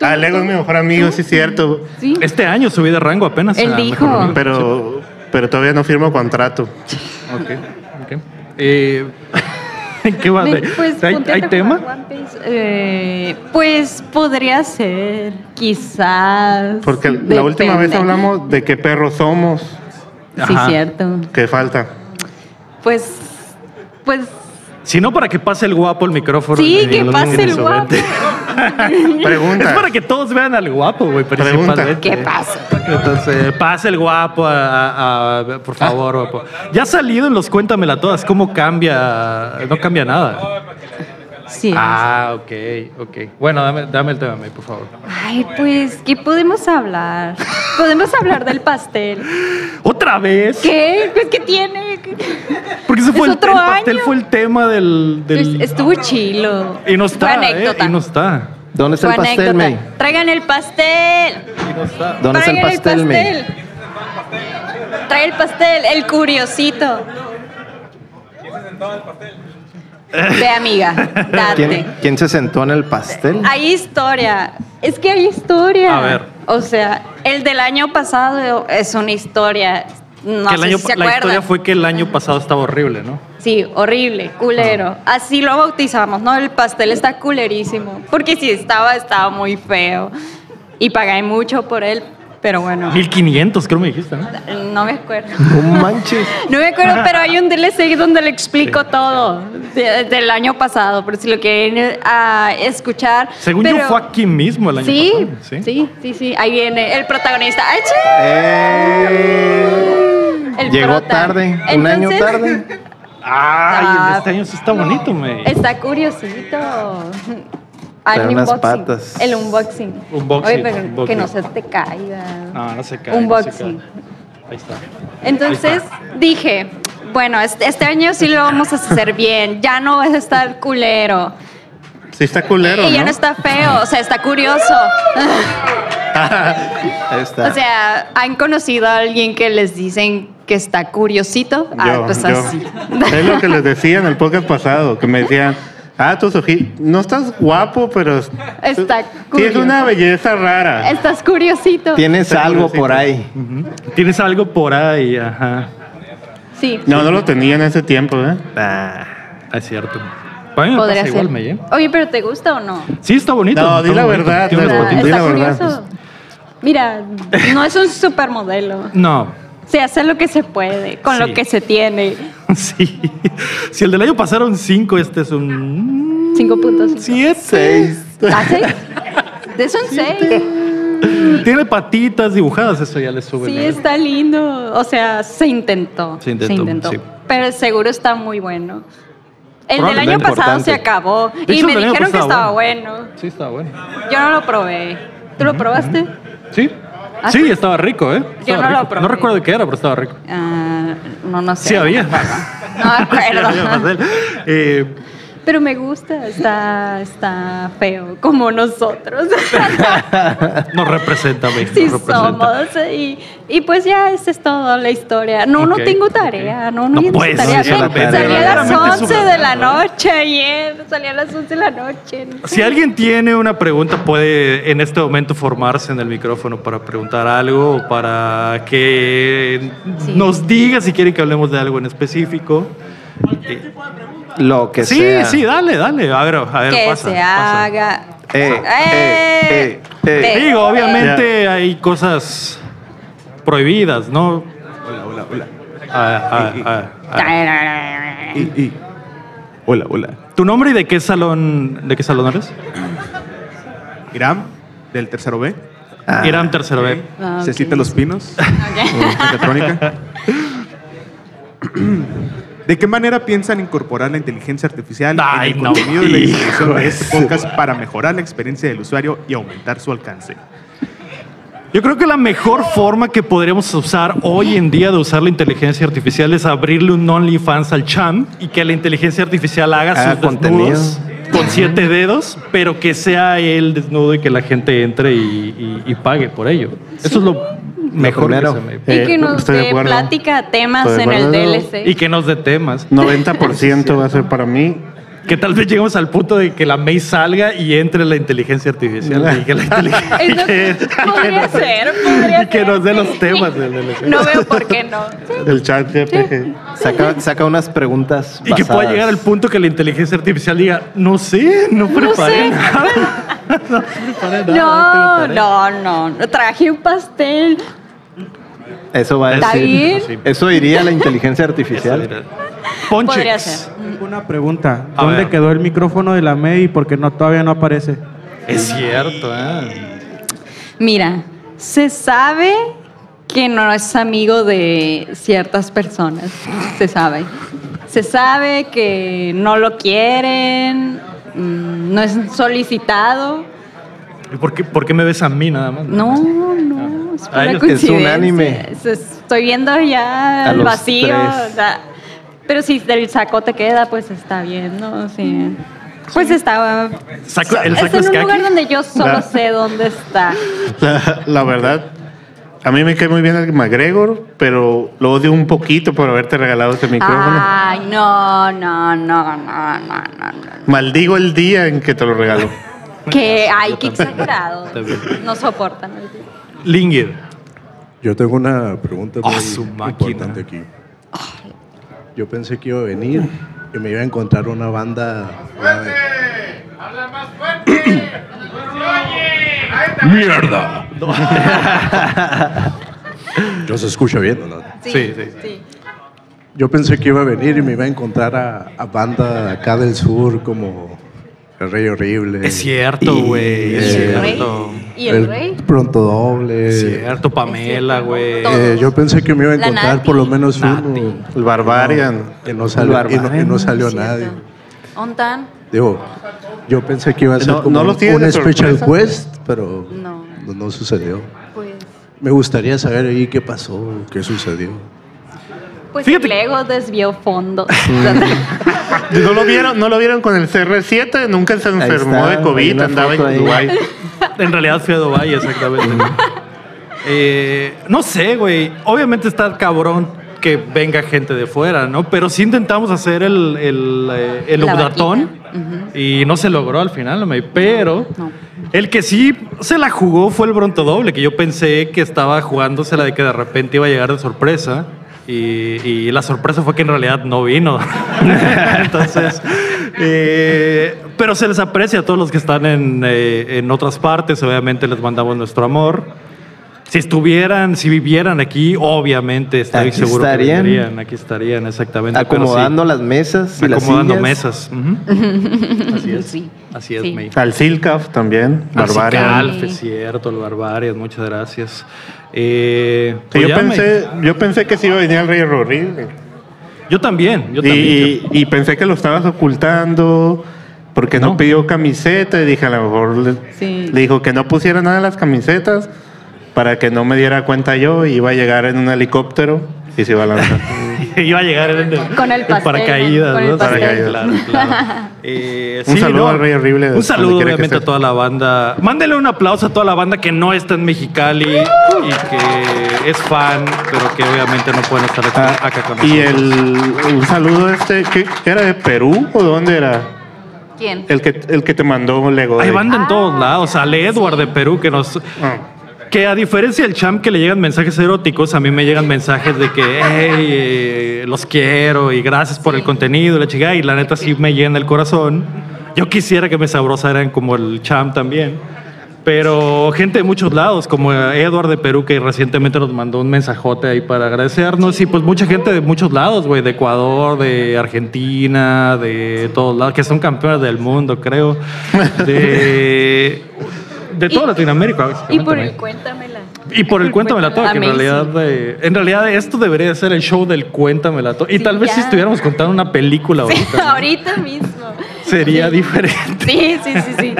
Ah, Lego es mi mejor amigo, sí es cierto.
Sí.
Este año subí de rango apenas.
Él
a
dijo.
mejor amigo.
Pero, pero todavía no firmo contrato.
Ok. Eh, <laughs> ¿en ¿Qué va?
Ven, pues,
¿Hay,
ponte a
hay
jugar
tema?
One Piece. Eh, pues podría ser, quizás.
Porque la última vez
Depende.
hablamos de qué perros somos.
Sí,
Ajá.
cierto.
¿Qué falta?
Pues, pues,
Si no, para que pase el guapo el micrófono.
sí,
y
que
lo
pase
pongan en
el
su
guapo.
vente. Es
<laughs>
Pregunta.
para que todos vean al guapo, güey, principalmente.
Pregunta.
¿Qué pasa?
Entonces, pase el guapo, a- a- a- por favor, guapo. Ya ha salido en los Cuéntamela Todas, ¿cómo cambia? No cambia nada.
Sí.
Ah, ok, ok. Bueno, dame, dame el tema, May, por favor.
Ay, pues, ¿qué podemos hablar? Podemos hablar del pastel.
¿Otra vez?
¿Qué? Pues, ¿qué tiene?
Porque ese
Es
fue el,
otro
el pastel
año.
fue el tema del...
Pues,
del-
estuvo chilo.
y no está,
Fue
¿eh?
anécdota.
Y no está.
¿Dónde está
Fue
el pastel,
anécdota.
May?
Traigan el pastel.
¿Dónde está el
Traigan
pastel, May?
pastel. Trae el pastel, el curiosito. Ve, amiga, date.
¿Quién, quién se sentó en el pastel?
Hay historia. Es que hay historia.
A ver.
O sea, el del año pasado es una historia. No
Que el
sé
año
si
pa-
se
la
acuerdan.
historia fue que el año pasado estaba horrible, ¿no?
Sí, horrible, culero. Así lo bautizamos, ¿no? El pastel está culerísimo. Porque si estaba, estaba muy feo. Y pagué mucho por él, pero bueno.
1500, creo me dijiste, ¿no?
No me acuerdo. <laughs>
No manches.
No me acuerdo, pero hay un DLC donde le explico todo de- del año pasado, por si lo quieren eh, a escuchar.
Según yo
Pero-
fue aquí mismo el año
Sí,
pasado.
sí, sí, sí, Ahí viene el protagonista. ¡Ay, sí!
Eh,
El
llegó
prota.
tarde, un año
Entonces- <laughs>
tarde.
Ay, el de
Ah,
este año sí está bonito, me.
Está curiosito. Hay
Trae
un
unas
unboxing.
patas.
El unboxing.
Unboxing,
Oye, pero
unboxing.
que no se te caiga.
No, no se cae. no se cae.
Unboxing.
Ahí está.
Entonces dije, bueno, este, este año sí lo vamos a hacer bien. Ya no vas a estar culero.
Sí está culero,
y ya
¿no?
no? está feo, o sea, está curioso.
Ahí
<laughs>
está.
o sea, ¿han conocido a alguien que les dicen que está curiosito? ah,
Yo,
pues
yo.
así.
Es lo que les decía en el podcast pasado, que me decían, ah, tus ojitos, no estás guapo, pero es-
Está
tienes
curioso.
una belleza rara.
Estás curiosito.
Tienes algo por ahí.
Tienes algo por ahí, ajá.
Sí.
No, no lo tenía en ese tiempo, ¿eh?
Ah,
Ah, Es cierto. A mí me
Podría
pasa
ser.
igual, Meye.
Oye, pero ¿te gusta o no?
Sí, está bonito.
No,
está
di la
bonito.
verdad,
Tiene
la
unas
Ah,
verdad.
patitas.
di
está
la verdad.
curioso.
pues,
Mira, no es un supermodelo.
No, <laughs>
Se hace lo que se puede, con
Sí.
lo que se tiene.
sí. Si el del año pasaron cinco, este es un
5.5.
siete.
¿Ah, seis? Es un 6.
Tiene patitas dibujadas, eso ya le sube.
Sí,
¿no?
está lindo. O sea, se intentó.
Se intentó, sí.
Pero seguro está muy bueno. El del
Probablemente
año pasado
importante.
se acabó.
De
y
hecho,
me
el año
dijeron que
pasado,
estaba
bueno.
bueno.
Sí, está bueno.
Yo no lo probé. ¿Tú lo probaste?
Sí.
¿Ah,
Sí,
sí?
estaba rico, ¿eh? Estaba
no lo
rico. No
probé.
recuerdo qué era, pero estaba rico.
Ah, no, no sé.
Sí, había. <laughs>
No me acuerdo.
Sí, había pastel. Eh,
Pero me gusta, está, está feo, como
<laughs>
nosotros.
nos representa, May.
sí
nos representa.
somos. Y, y pues ya, esa es toda la historia. No,
Ok,
no tengo tarea.
ok.
No, no,
No
yo no hice
puedes,
tarea.
no hizo la
Ven,
tarea.
salí a las
Claramente es
11 de la
humano, ¿eh?
noche ayer. Salí a las 11 de la noche.
Si alguien tiene una pregunta, puede en este momento formarse en el micrófono para preguntar algo o para que
Sí.
nos diga si quiere que hablemos de algo en específico. Eh,
lo que
Sí,
sea.
sí, dale, dale. A ver, a ver,
que
pasa,
se
pasa.
haga.
Eh, eh, eh, eh.
ve,
Digo,
eh,
obviamente hay cosas prohibidas, ¿no? Ah, Hola, hola, hola.
ta-
Hola, hola.
¿Tu nombre y de qué salón, de qué salón eres?
Irán, del tercero B.
Irán Tercero B.
Ah, ok.
Cecita Los Pinos,
Ok.
<laughs>
mecatrónica. <clears throat> ¿De qué manera piensan incorporar la inteligencia artificial
Ay,
en el
no.
contenido y la
Hijo
distribución
<laughs>
de este
de su
podcast para mejorar la experiencia del usuario y aumentar su alcance?
Yo creo que la mejor forma que podríamos usar hoy en día de usar la inteligencia artificial es abrirle un OnlyFans al champ y que la inteligencia artificial haga
Haga
sus desnudos con siete dedos, pero que sea él desnudo y que la gente entre y, y- y pague por ello. Eso es lo mejor que
primero.
se me-
Y que
Eh,
nos
estoy de
dé
acuerdo.
plática temas
Estoy de
en el
acuerdo.
DLC.
Y que nos dé temas.
90% va a ser para mí.
Que tal vez lleguemos al punto de que la May salga y entre la inteligencia artificial. y que la
<laughs>
inteligencia. y que-
Entonces, podría ser, podría
y que
ser,
nos dé
sí.
los temas del DLC.
No veo por
<laughs>
qué no.
El chat GPG.
Saca, saca unas preguntas.
Y que pueda
basadas.
llegar al punto que la inteligencia artificial diga, no sé, no preparé
sé.
nada.
No, no, no, no. Traje un pastel.
Eso va a
¿Está
decir.
bien?
Eso diría la inteligencia artificial.
Podría
Ponchex.
ser.
Una pregunta.
A
¿Dónde
ver.
quedó el micrófono de la May y por qué no, todavía no aparece?
Es cierto, ah.
Mira, se sabe que no es amigo de ciertas personas. Se sabe. Se sabe que no lo quieren, mm, no es solicitado.
¿Y por qué, por qué me ves a mí nada más?
No, no, es
Ay,
pura
es un
coincidencia.
anime.
Es- Estoy viendo ya
A
el
los
vacío.
tres.
o sea, pero si del saco te queda, pues está bien, ¿no? Sí. Pues está.
Saco- el
es
saco
en
es
un
kaki.
lugar donde yo solo
Claro.
sé dónde está.
La, la verdad, a mí me cae muy bien el McGregor, pero lo odio un poquito por haberte regalado este micrófono.
Ay, no, no, no, no, no, no. no.
Maldigo el día en que te lo regalo.
Que, ay, qué exagerado.
Está bien.
No soportan.
Lingir.
Yo tengo una pregunta
Ah,
muy
su máquina.
importante aquí. Yo pensé que iba a venir y me iba a encontrar una banda. una de-
¡Habla más fuerte! ¡Oye! Ahí está.
¡Mierda! Yo se escucha bien, ¿o ¿no?
Sí, sí,
Yo pensé que iba a venir y me iba a encontrar a, a banda de acá del sur como El Rey Horrible.
Es cierto,
Y-
güey.
eh,
Es
¿Y el rey?
cierto.
¿Y el rey?
Pronto Doble.
Es cierto, Pamela, güey.
Todo.
Eh, yo pensé que me iba a
La
encontrar
Nati.
por lo menos
Nati.
uno.
El Barbarian.
Que no salió, y no, y no salió nadie.
¿Ontan?
Digo, yo pensé que iba a ser
No-
como
no lo
un-
tiene de
un special
sorpresa.
quest, pero
No.
no. no sucedió.
Pues.
Me gustaría saber ahí qué pasó, qué sucedió.
Pues
Fíjate-
el ego desvió fondo.
¿No lo vieron, no lo vieron con el CR7? Nunca se
Ahí
enfermó
está,
de
hay
COVID,
una
andaba en
foto ahí.
Dubái.
<laughs> En realidad fui a Dubái, exactamente. Eh, no sé, güey. Obviamente está cabrón que venga gente de fuera, ¿no? Pero sí intentamos hacer el, el, eh, el
La
obdatón y no se logró al final, güey. Pero
No.
el que sí se la jugó fue el Bronto Doble, que yo pensé que estaba jugándosela de que de repente iba a llegar de sorpresa. Y, y la sorpresa fue que en realidad no vino. <laughs> Entonces, eh, pero se les aprecia a todos los que están en, eh, en otras partes. Obviamente les mandamos nuestro amor. Si estuvieran, si vivieran aquí, obviamente estoy
Aquí
seguro
estarían.
que vendrían. Aquí estarían, exactamente. pero sí,
Acomodando las mesas y las
acomodando
sillas.
mesas. Ujú. Así es.
Sí,
Así es,
sí.
May.
Al Silcaf también, Barbarian.
Calf, es cierto, el Barbarian, muchas gracias. Eh,
Sí,
pues
yo,
ya me-
pensé, yo pensé que sí iba a venir el Rey Horrible.
yo también, yo también.
Y, y pensé que lo estabas ocultando porque no,
No.
pidió camiseta y dije a lo mejor le,
Sí.
le dijo que no pusiera nada en las camisetas para que no me diera cuenta yo y iba a llegar en un helicóptero y se iba
<laughs>
a lanzar.
Iba a llegar en el,
Con el
en
pastel,
paracaídas,
con el
¿no?
pastel.
Paracaídas.
<laughs>
Claro, claro. Eh,
Un
sí,
saludo
¿no?
al Rey Horrible,
Un
donde
saludo
quiera que
obviamente a
estés.
toda la banda. Mándenle un aplauso a toda la banda que no está en Mexicali y que es fan, pero que obviamente no pueden estar acá,
Ah,
acá con
y
nosotros.
el un saludo este, ¿qué, ¿era de Perú o dónde era?
¿Quién?
El que, el que te mandó un Lego.
Hay
de-
banda en todos lados. Ale Edward de Perú que nos...
Ah.
Que a diferencia del champ que le llegan mensajes eróticos, a mí me llegan mensajes de que "Ey, eh, los quiero y gracias por el contenido, y la chica, y la neta sí me llena el corazón. Yo quisiera que me sabrosaran como el champ también. Pero gente de muchos lados, como Edward de Perú, que recientemente nos mandó un mensajote ahí para agradecernos. Y pues mucha gente de muchos lados, güey, de Ecuador, de Argentina, de todos lados, que son campeones del mundo, creo. De, de toda
Y-
Latinoamérica.
Y por
básicamente,
el
güey.
cuéntamela.
Y por el cuéntamela todo, que en
Amazing.
realidad, eh, en realidad esto debería ser el show del cuéntamela todo. Y
Sí,
tal vez si
ya.
estuviéramos contando una película
Sí,
ahorita, ¿no?
ahorita mismo.
sería diferente.
Sí, sí, sí, sí.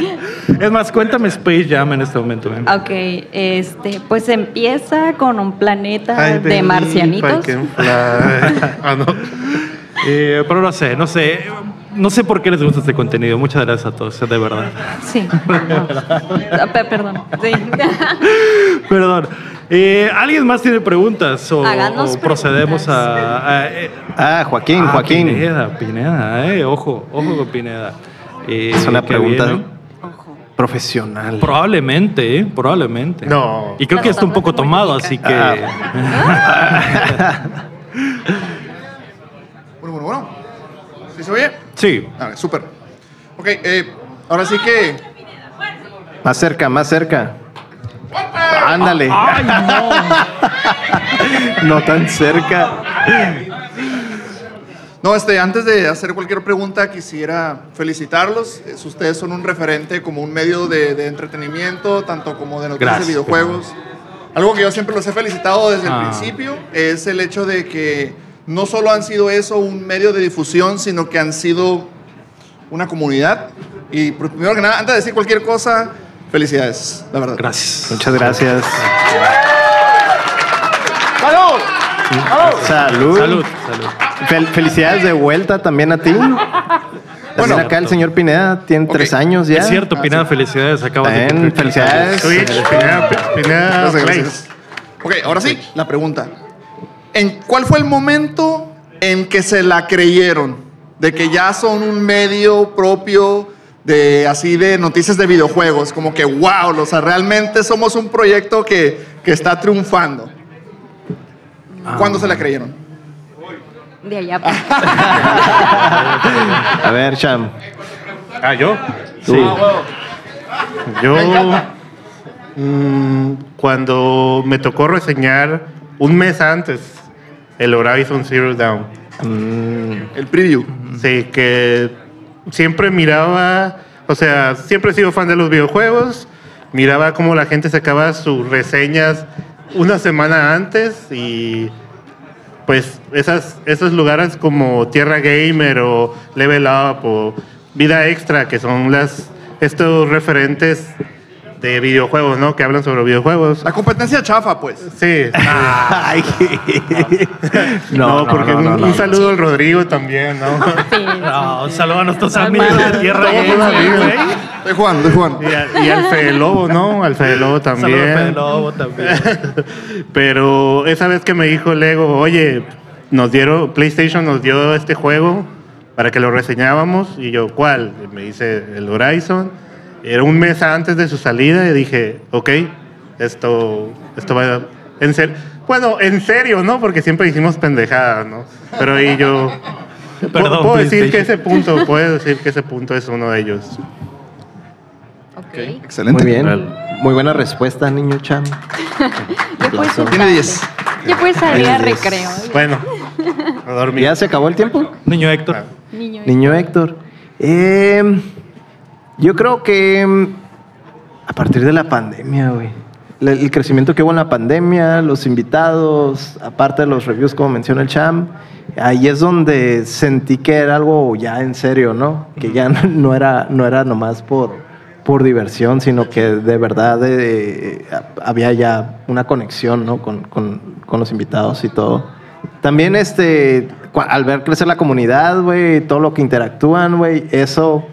Es más, cuéntame Space Jam en este momento. güey.
Ok, este, pues empieza con un planeta
Ay,
de
vení, pa'
marcianitos.
que un fly. <laughs> Ah, no.
Eh, pero no sé, no sé. No sé por qué les gusta este contenido. Muchas gracias a todos, de verdad. <laughs>
Sí. no. Ah, pe- Perdón. Sí. <laughs>
Perdón. Eh, ¿Alguien más tiene preguntas o,
Háganos
o procedemos a... a- eh,
Ah, Joaquín,
ah,
Joaquín.
Pineda, Pineda, eh, ojo, ojo con Pineda. Eh,
Es una
que
pregunta
viene.
profesional.
Probablemente, eh, probablemente.
No.
Y creo que está un poco tomado, así que...
Ah.
Bueno, bueno, bueno. ¿Sí se oye?
Sí.
A ver, súper. Ok, eh, ahora sí que.
Más cerca, más cerca. Ándale. <laughs> no tan cerca.
No, este, antes de hacer cualquier pregunta, quisiera felicitarlos. Es- Ustedes son un referente como un medio de, de entretenimiento, tanto como de noticias
Gracias.
de videojuegos. Algo que yo siempre los he felicitado desde
Ah.
el principio es el hecho de que no solo han sido eso un medio de difusión, sino que han sido una comunidad. Y pr- primero que nada, antes de decir cualquier cosa, felicidades, la verdad.
Gracias.
Muchas gracias. Salud.
Salud, salud.
Fel- felicidades de vuelta también a ti. También acá el señor Pineda tiene tres
Ok.
años ya.
Es cierto, Pineda, felicidades. Acabas de
También,
cumplir tres
felicidades.
años.
Twitch, Pineda,
Ah,
Pineda
Gracias,
Play.
gracias. Ok, ahora sí, la pregunta. ¿En ¿Cuál fue el momento en que se la creyeron? De que ya son un medio propio de así de noticias de videojuegos. Como que, wow, o sea, realmente somos un proyecto que, que está triunfando.
Ah.
¿Cuándo se la creyeron?
De allá. pues.
A ver, Cham.
Ah, yo.
Sí.
Yo. mm, cuando me tocó reseñar un mes antes el Horizon Zero Down.
El preview.
Sí, que siempre miraba, o sea, siempre he sido fan de los videojuegos, miraba cómo la gente sacaba sus reseñas una semana antes y pues esas, esos lugares como Tierra Gamer o Level Up o Vida Extra, que son las, estos referentes de videojuegos, ¿no? Que hablan sobre videojuegos. Ah,
La competencia chafa, pues.
Sí.
Ay.
<laughs> No, porque un, un saludo al Rodrigo también, ¿no? <laughs>
Sí,
No, un saludo a nuestros amigos de Tierra
Todos son
Gamer,
amigos.
güey.
De Juan, de Juan.
Y, a- y al Fede Lobo, ¿no? Al Fede Lobo
Saludos a Fede
también.
Lobo también.
<laughs> Pero esa vez que me dijo Lego, oye, nos dieron, PlayStation nos dio este juego para que lo reseñábamos. Y yo, ¿cuál? Y me dice el Horizon. Era un mes antes de su salida y dije, ok, esto, esto va en serio. Bueno, en serio, ¿no? Porque siempre hicimos pendejadas, ¿no? Pero ahí
<laughs>
yo...
Perdón,
puedo decir que
PlayStation.
ese punto, puedo decir que ese punto es uno de ellos.
ok.
Muy
Excelente.
bien. Muy buena respuesta, niño Cham.
Ya puedes
Tiene
sentarse.
10.
Ya puedes salir a
Tiene 10.
recreo. eh,
Bueno, a dormir.
¿Ya se acabó el tiempo?
Niño
Ah,
Héctor.
Niño.
Niño Héctor. Eh, yo creo que mm, a partir de la pandemia, güey. La- El crecimiento que hubo en la pandemia, los invitados, aparte de los reviews, como menciona el Cham, ahí es donde sentí que era algo ya en serio, ¿no? Que ya no- no era, no era nomás por, por diversión, sino que de verdad eh, a- había ya una conexión, ¿no? Con, con- con los invitados y todo. También, este, cu- al ver crecer la comunidad, güey, todo lo que interactúan, güey, eso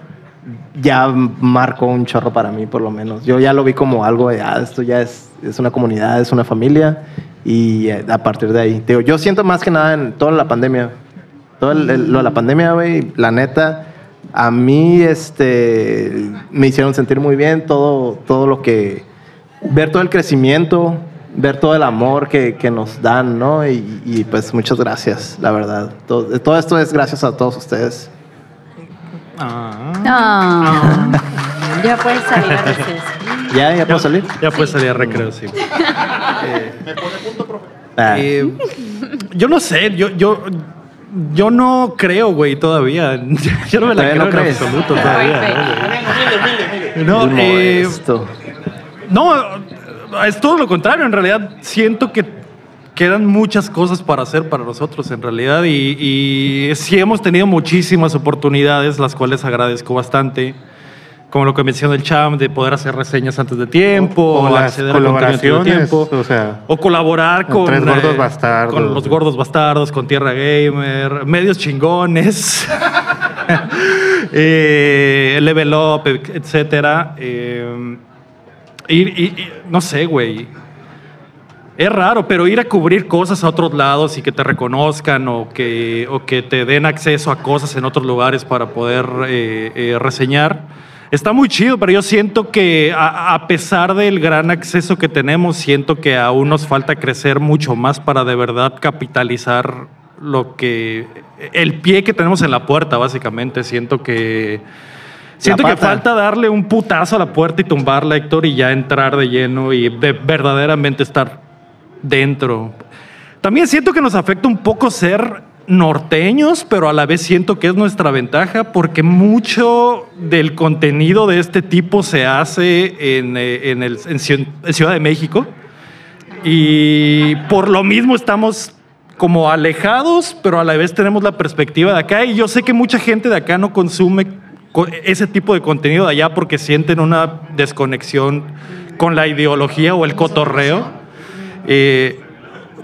ya marcó un chorro para mí, por lo menos. Yo ya lo vi como algo de, ah, esto ya es, es una comunidad, es una familia, y eh, a partir de ahí. Te Digo, yo siento más que nada en toda la pandemia. Todo el- el- lo de la pandemia, güey, la neta, a mí, este, me hicieron sentir muy bien todo, todo lo que ver todo el crecimiento, ver todo el amor que, que nos dan, ¿no? Y, y, pues muchas gracias, la verdad. Todo, todo esto es gracias a todos ustedes.
Ah, ya puedes salir a recreo.
¿Ya, ya puedo salir?
Ya puede salir a recreo, sí.
Ah,
Eh, yo no sé, yo, yo, yo no creo, güey, todavía. <laughs> Yo no me la
Todavía
creo
no
en
crees.
absoluto
Ay,
todavía. ¿eh? No,
muy
eh,
modesto.
no, es todo lo contrario. En realidad, siento que quedan muchas cosas para hacer para nosotros, en realidad. Y, y sí hemos tenido muchísimas oportunidades, las cuales agradezco bastante. Como lo que menciona el Cham, de poder hacer reseñas antes de tiempo,
O las
acceder a contenido antes de
colaboraciones,
tiempo.
o sea,
O colaborar
Con
con, eh,
Tres Gordos Bastardos.
con los gordos bastardos, con Tierra Gamer, medios chingones, <laughs> eh, Level Up, etcétera. Eh, ir- y- y- no sé, güey. Es raro, pero ir a cubrir cosas a otros lados y que te reconozcan o que, o que te den acceso a cosas en otros lugares para poder eh, eh, reseñar, está muy chido, pero yo siento que a, a pesar del gran acceso que tenemos, siento que aún nos falta crecer mucho más para de verdad capitalizar lo que... el pie que tenemos en la puerta, básicamente. Siento que... Siento que
pata.
falta darle un putazo a la puerta y tumbarla, Héctor, y ya entrar de lleno y de verdaderamente estar dentro. También siento que nos afecta un poco ser norteños, pero a la vez siento que es nuestra ventaja porque mucho del contenido de este tipo se hace en, eh, en el- en Ciu- en Ciudad de México y por lo mismo estamos como alejados, pero a la vez tenemos la perspectiva de acá y yo sé que mucha gente de acá no consume co- ese tipo de contenido de allá porque sienten una desconexión con la ideología o el cotorreo. Eh,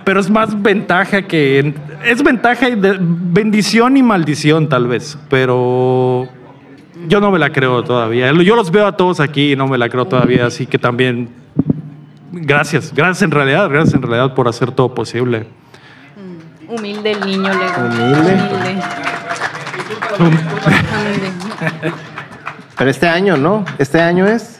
pero es más ventaja que... Es ventaja y de- bendición y maldición tal vez, pero yo no me la creo todavía. Yo los veo a todos aquí y no me la creo todavía, así que también Gracias, gracias en realidad, gracias en realidad por hacer todo posible.
Humilde el niño, le
Humilde.
Humilde.
Pero este año, ¿no? Este año es.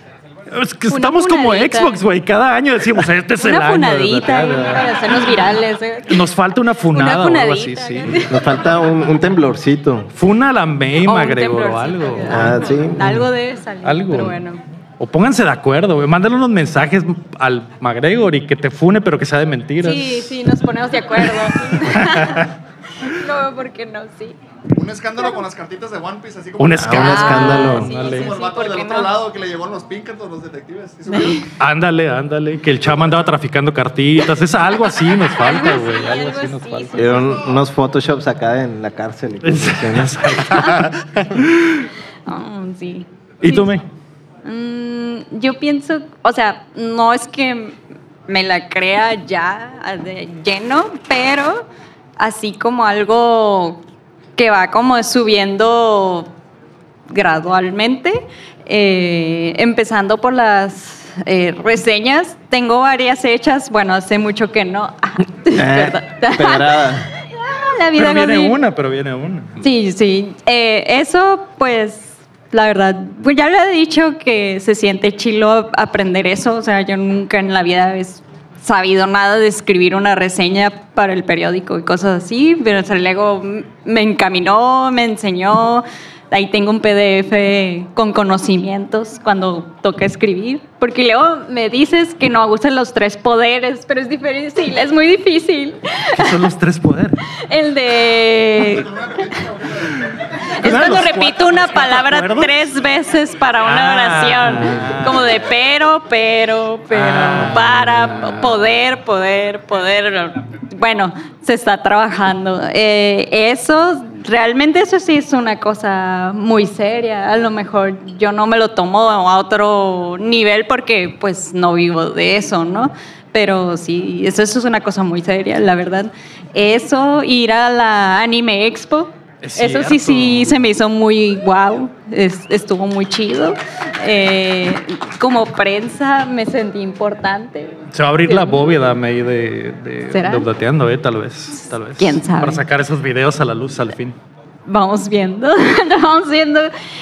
Es que
Una
estamos como
funadita.
Xbox, güey. Cada año decimos, este es el
Una
año.
funadita
¿verdad?
ahí para hacernos virales. ¿eh?
Nos falta una funada o algo así,
funadita,
sí.
¿no?
Nos falta un, un temblorcito.
Funa la
O un
mema, Gregorio, o
temblorcito,
algo.
¿verdad?
Ah, sí.
Algo debe salir.
Algo.
Pero bueno.
O pónganse de acuerdo, güey. Mándale unos mensajes al McGregor y que te fune, pero que sea de mentiras.
Sí, sí, nos ponemos de acuerdo. <laughs> no, porque no, sí.
Un escándalo con las cartitas de One Piece, así como.
Un
Ah,
escándalo.
escándalo.
Sí,
Ándale.
sí,
Como el
sí,
vato
¿por
del
qué
otro
no?
lado que le llegó a los Pinkerton, los detectives. ¿Sí supieron?
Ándale, ándale. Que el chama andaba traficando cartitas. Es algo así nos falta,
Algo
güey.
así,
Algo
algo
así nos
así,
falta.
Hicieron unos photoshops acá en la cárcel. y
<laughs>
cosas así.
Ah, sí.
<laughs> ¿Y tú, me?
Mm, yo pienso, o sea, no es que me la crea ya a de lleno, pero así como algo que va como subiendo gradualmente, eh, empezando por las eh, reseñas. Tengo varias hechas, bueno, hace mucho que no. <laughs>
Eh,
Perdón.
pedrada.
<laughs> la vida
Pero viene
godín.
una, pero viene una.
Sí, sí. Eh, eso, pues, la verdad, pues ya lo he dicho que se siente chilo aprender eso. O sea, yo nunca en la vida he sabido nada de escribir una reseña para el periódico y cosas así, pero el Lego me encaminó, me enseñó. Ahí tengo un PDF con conocimientos cuando toca escribir. Porque luego me dices que no gustan los tres poderes, pero es difícil, es muy difícil.
¿Qué son los tres poderes?
El de. Es
Claro,
cuando
los
repito
cuatro-
una
los cuatro
palabra
acuerdos.
tres veces para una
Ah.
oración. Como de pero, pero, pero,
Ah.
para, poder, poder, poder. Bueno, se está trabajando. Eh, eso, realmente eso sí es una cosa muy seria. A lo mejor yo no me lo tomo a otro nivel porque pues no vivo de eso, ¿no? Pero sí, eso, eso es una cosa muy seria, la verdad. Eso, ir a la Anime Expo.
Es
Eso sí, sí,
cierto.
se me hizo muy guau, es- estuvo muy chido. Eh, como prensa me sentí importante.
Se va a abrir la bóveda, May, de, de,
¿Será?
de Updateando, ¿eh? Tal vez, tal vez.
¿Quién sabe?
Para sacar esos videos a la luz al fin.
Vamos viendo, <laughs> vamos viendo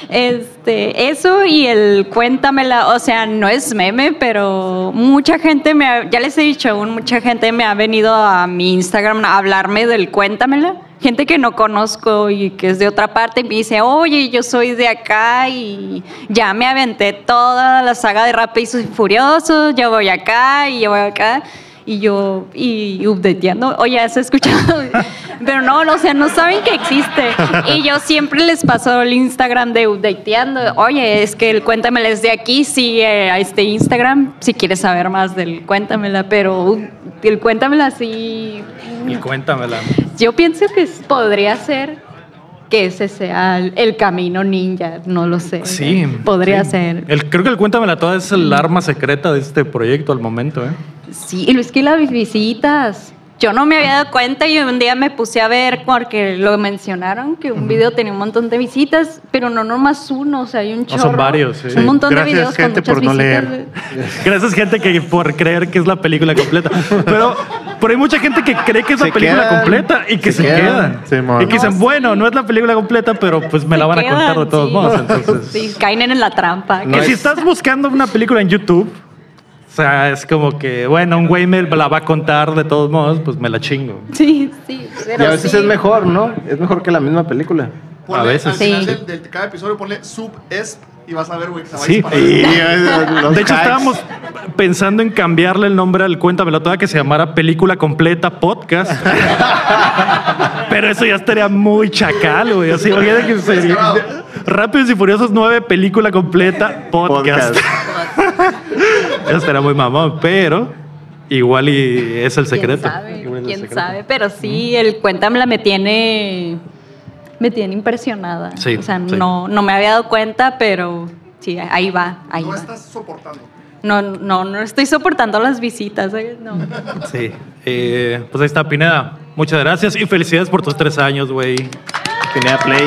este, eso y el cuéntamela, o sea, no es meme, pero mucha gente me ha, ya les he dicho aún, mucha gente me ha venido a mi Instagram a hablarme del cuéntamela. gente que no conozco y que es de otra parte y me dice, oye, yo soy de acá y ya me aventé toda la saga de Rápidos y Furiosos, yo voy acá y yo voy acá. Y yo, y updateando, oye, has escuchado. <laughs> Pero no, o sea, no saben que existe. Y yo siempre les paso el Instagram de updateando. Oye, es que el Cuéntamela es de aquí, sigue a este Instagram, si quieres saber más del Cuéntamela. Pero uh, el Cuéntamela sí
Y cuéntamela.
yo pienso que es- podría ser que ese sea el, el camino ninja, no lo sé.
Sí.
Podría
sí.
ser.
El, creo que el Cuéntamela Toda es el arma secreta de este proyecto al momento, ¿eh?
Sí, y Luis, que las visitas. Yo no me había dado cuenta y un día me puse a ver porque lo mencionaron que un video tenía un montón de visitas, pero no nomás uno, o sea, hay un
Ah, son
chorro.
varios, sí.
Un montón
Gracias,
de videos con
gente,
muchas
por no
visitas.
leer.
Gracias, gente, que por creer que es la película completa. Pero, pero hay mucha gente que cree que es la
Se
película
quedan.
completa y que se,
Se
quedan.
quedan.
Simón.
y que dicen,
No, sí.
bueno, no es la película completa, pero pues me la
Se
van a contar de
quedan,
todos
<laughs> sí.
modos. Entonces.
Sí, caen en la trampa.
que si estás buscando una película en YouTube, o sea, es como que, bueno, un güey me la va a contar de todos modos, pues me la chingo.
Sí, sí. pero
Y a veces
sí.
es mejor, ¿no? Es mejor que la misma película.
Ponle,
A veces.
Al final
Sí.
del, del- cada episodio ponle sub esp y vas a ver, güey, que se va a
Sí.
disparar.
Y, eh, los
de hecho,
hacks.
estábamos pensando en cambiarle el nombre al Cuéntamelo Toda que se llamara Película Completa Podcast. <laughs> Pero eso ya estaría muy chacal, güey. Así, imagínate que sería Rápidos y Furiosos 9, Película Completa Podcast.
Podcast.
<laughs> eso estaría muy mamón, pero igual y es el secreto. Mm.
¿Quién sabe? ¿Quién sabe? Pero sí, el Cuéntamela me tiene, me tiene impresionada.
Sí,
o sea,
sí.
no, no me había dado cuenta, pero sí, ahí va, ahí
No
va.
estás soportando.
No, no, no estoy soportando las visitas. ¿eh? No.
Sí. Eh, pues ahí está, Pineda. Muchas gracias y felicidades por tus tres años, güey.
Pineda Place.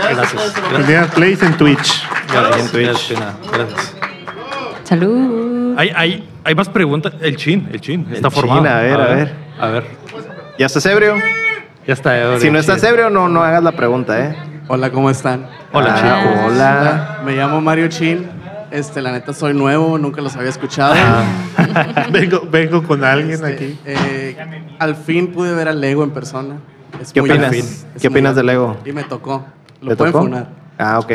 Gracias. Gracias.
Pineda Place en Twitch.
Gracias, Pineda. Gracias.
Salud.
Hay, hay, hay más preguntas. El chin, el chin. Está
chin,
formado.
a ver, a ver.
A ver.
¿Ya estás ebrio?
Ya está. ahora
Si
el
no estás
chin.
ebrio, no, no hagas la pregunta, ¿eh?
Hola, ¿cómo están?
Hola,
Ah,
chin.
Hola.
Me llamo Mario Chin. Este, la neta, soy nuevo, nunca los había escuchado.
<laughs>
Ah.
vengo, vengo con alguien
Este,
aquí.
eh, al fin pude ver al Lego en persona. Es
¿Qué
muy
opinas?
grande.
¿Qué
muy grande.
opinas del Lego?
Y me tocó. Lo
¿Te
pueden
tocó?
funar.
Ah, ok.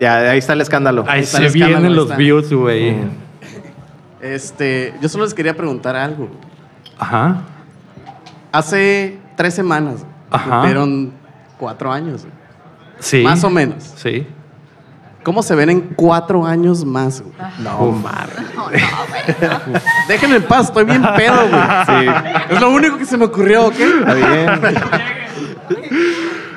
Ya, ahí está el escándalo.
Ahí
está
se
el escándalo,
vienen
ahí
los
está.
views, güey.
Mm.
Este, yo solo les quería preguntar algo.
Ajá.
Hace tres semanas
Ajá.
cumplieron cuatro años. güey.
Sí.
Más o menos.
Sí.
¿Cómo se ven en cuatro años más? güey?
<laughs> No, mames.
Déjenme en paz, estoy bien pedo, güey. Es lo único que se me ocurrió, ¿ok?
Está bien.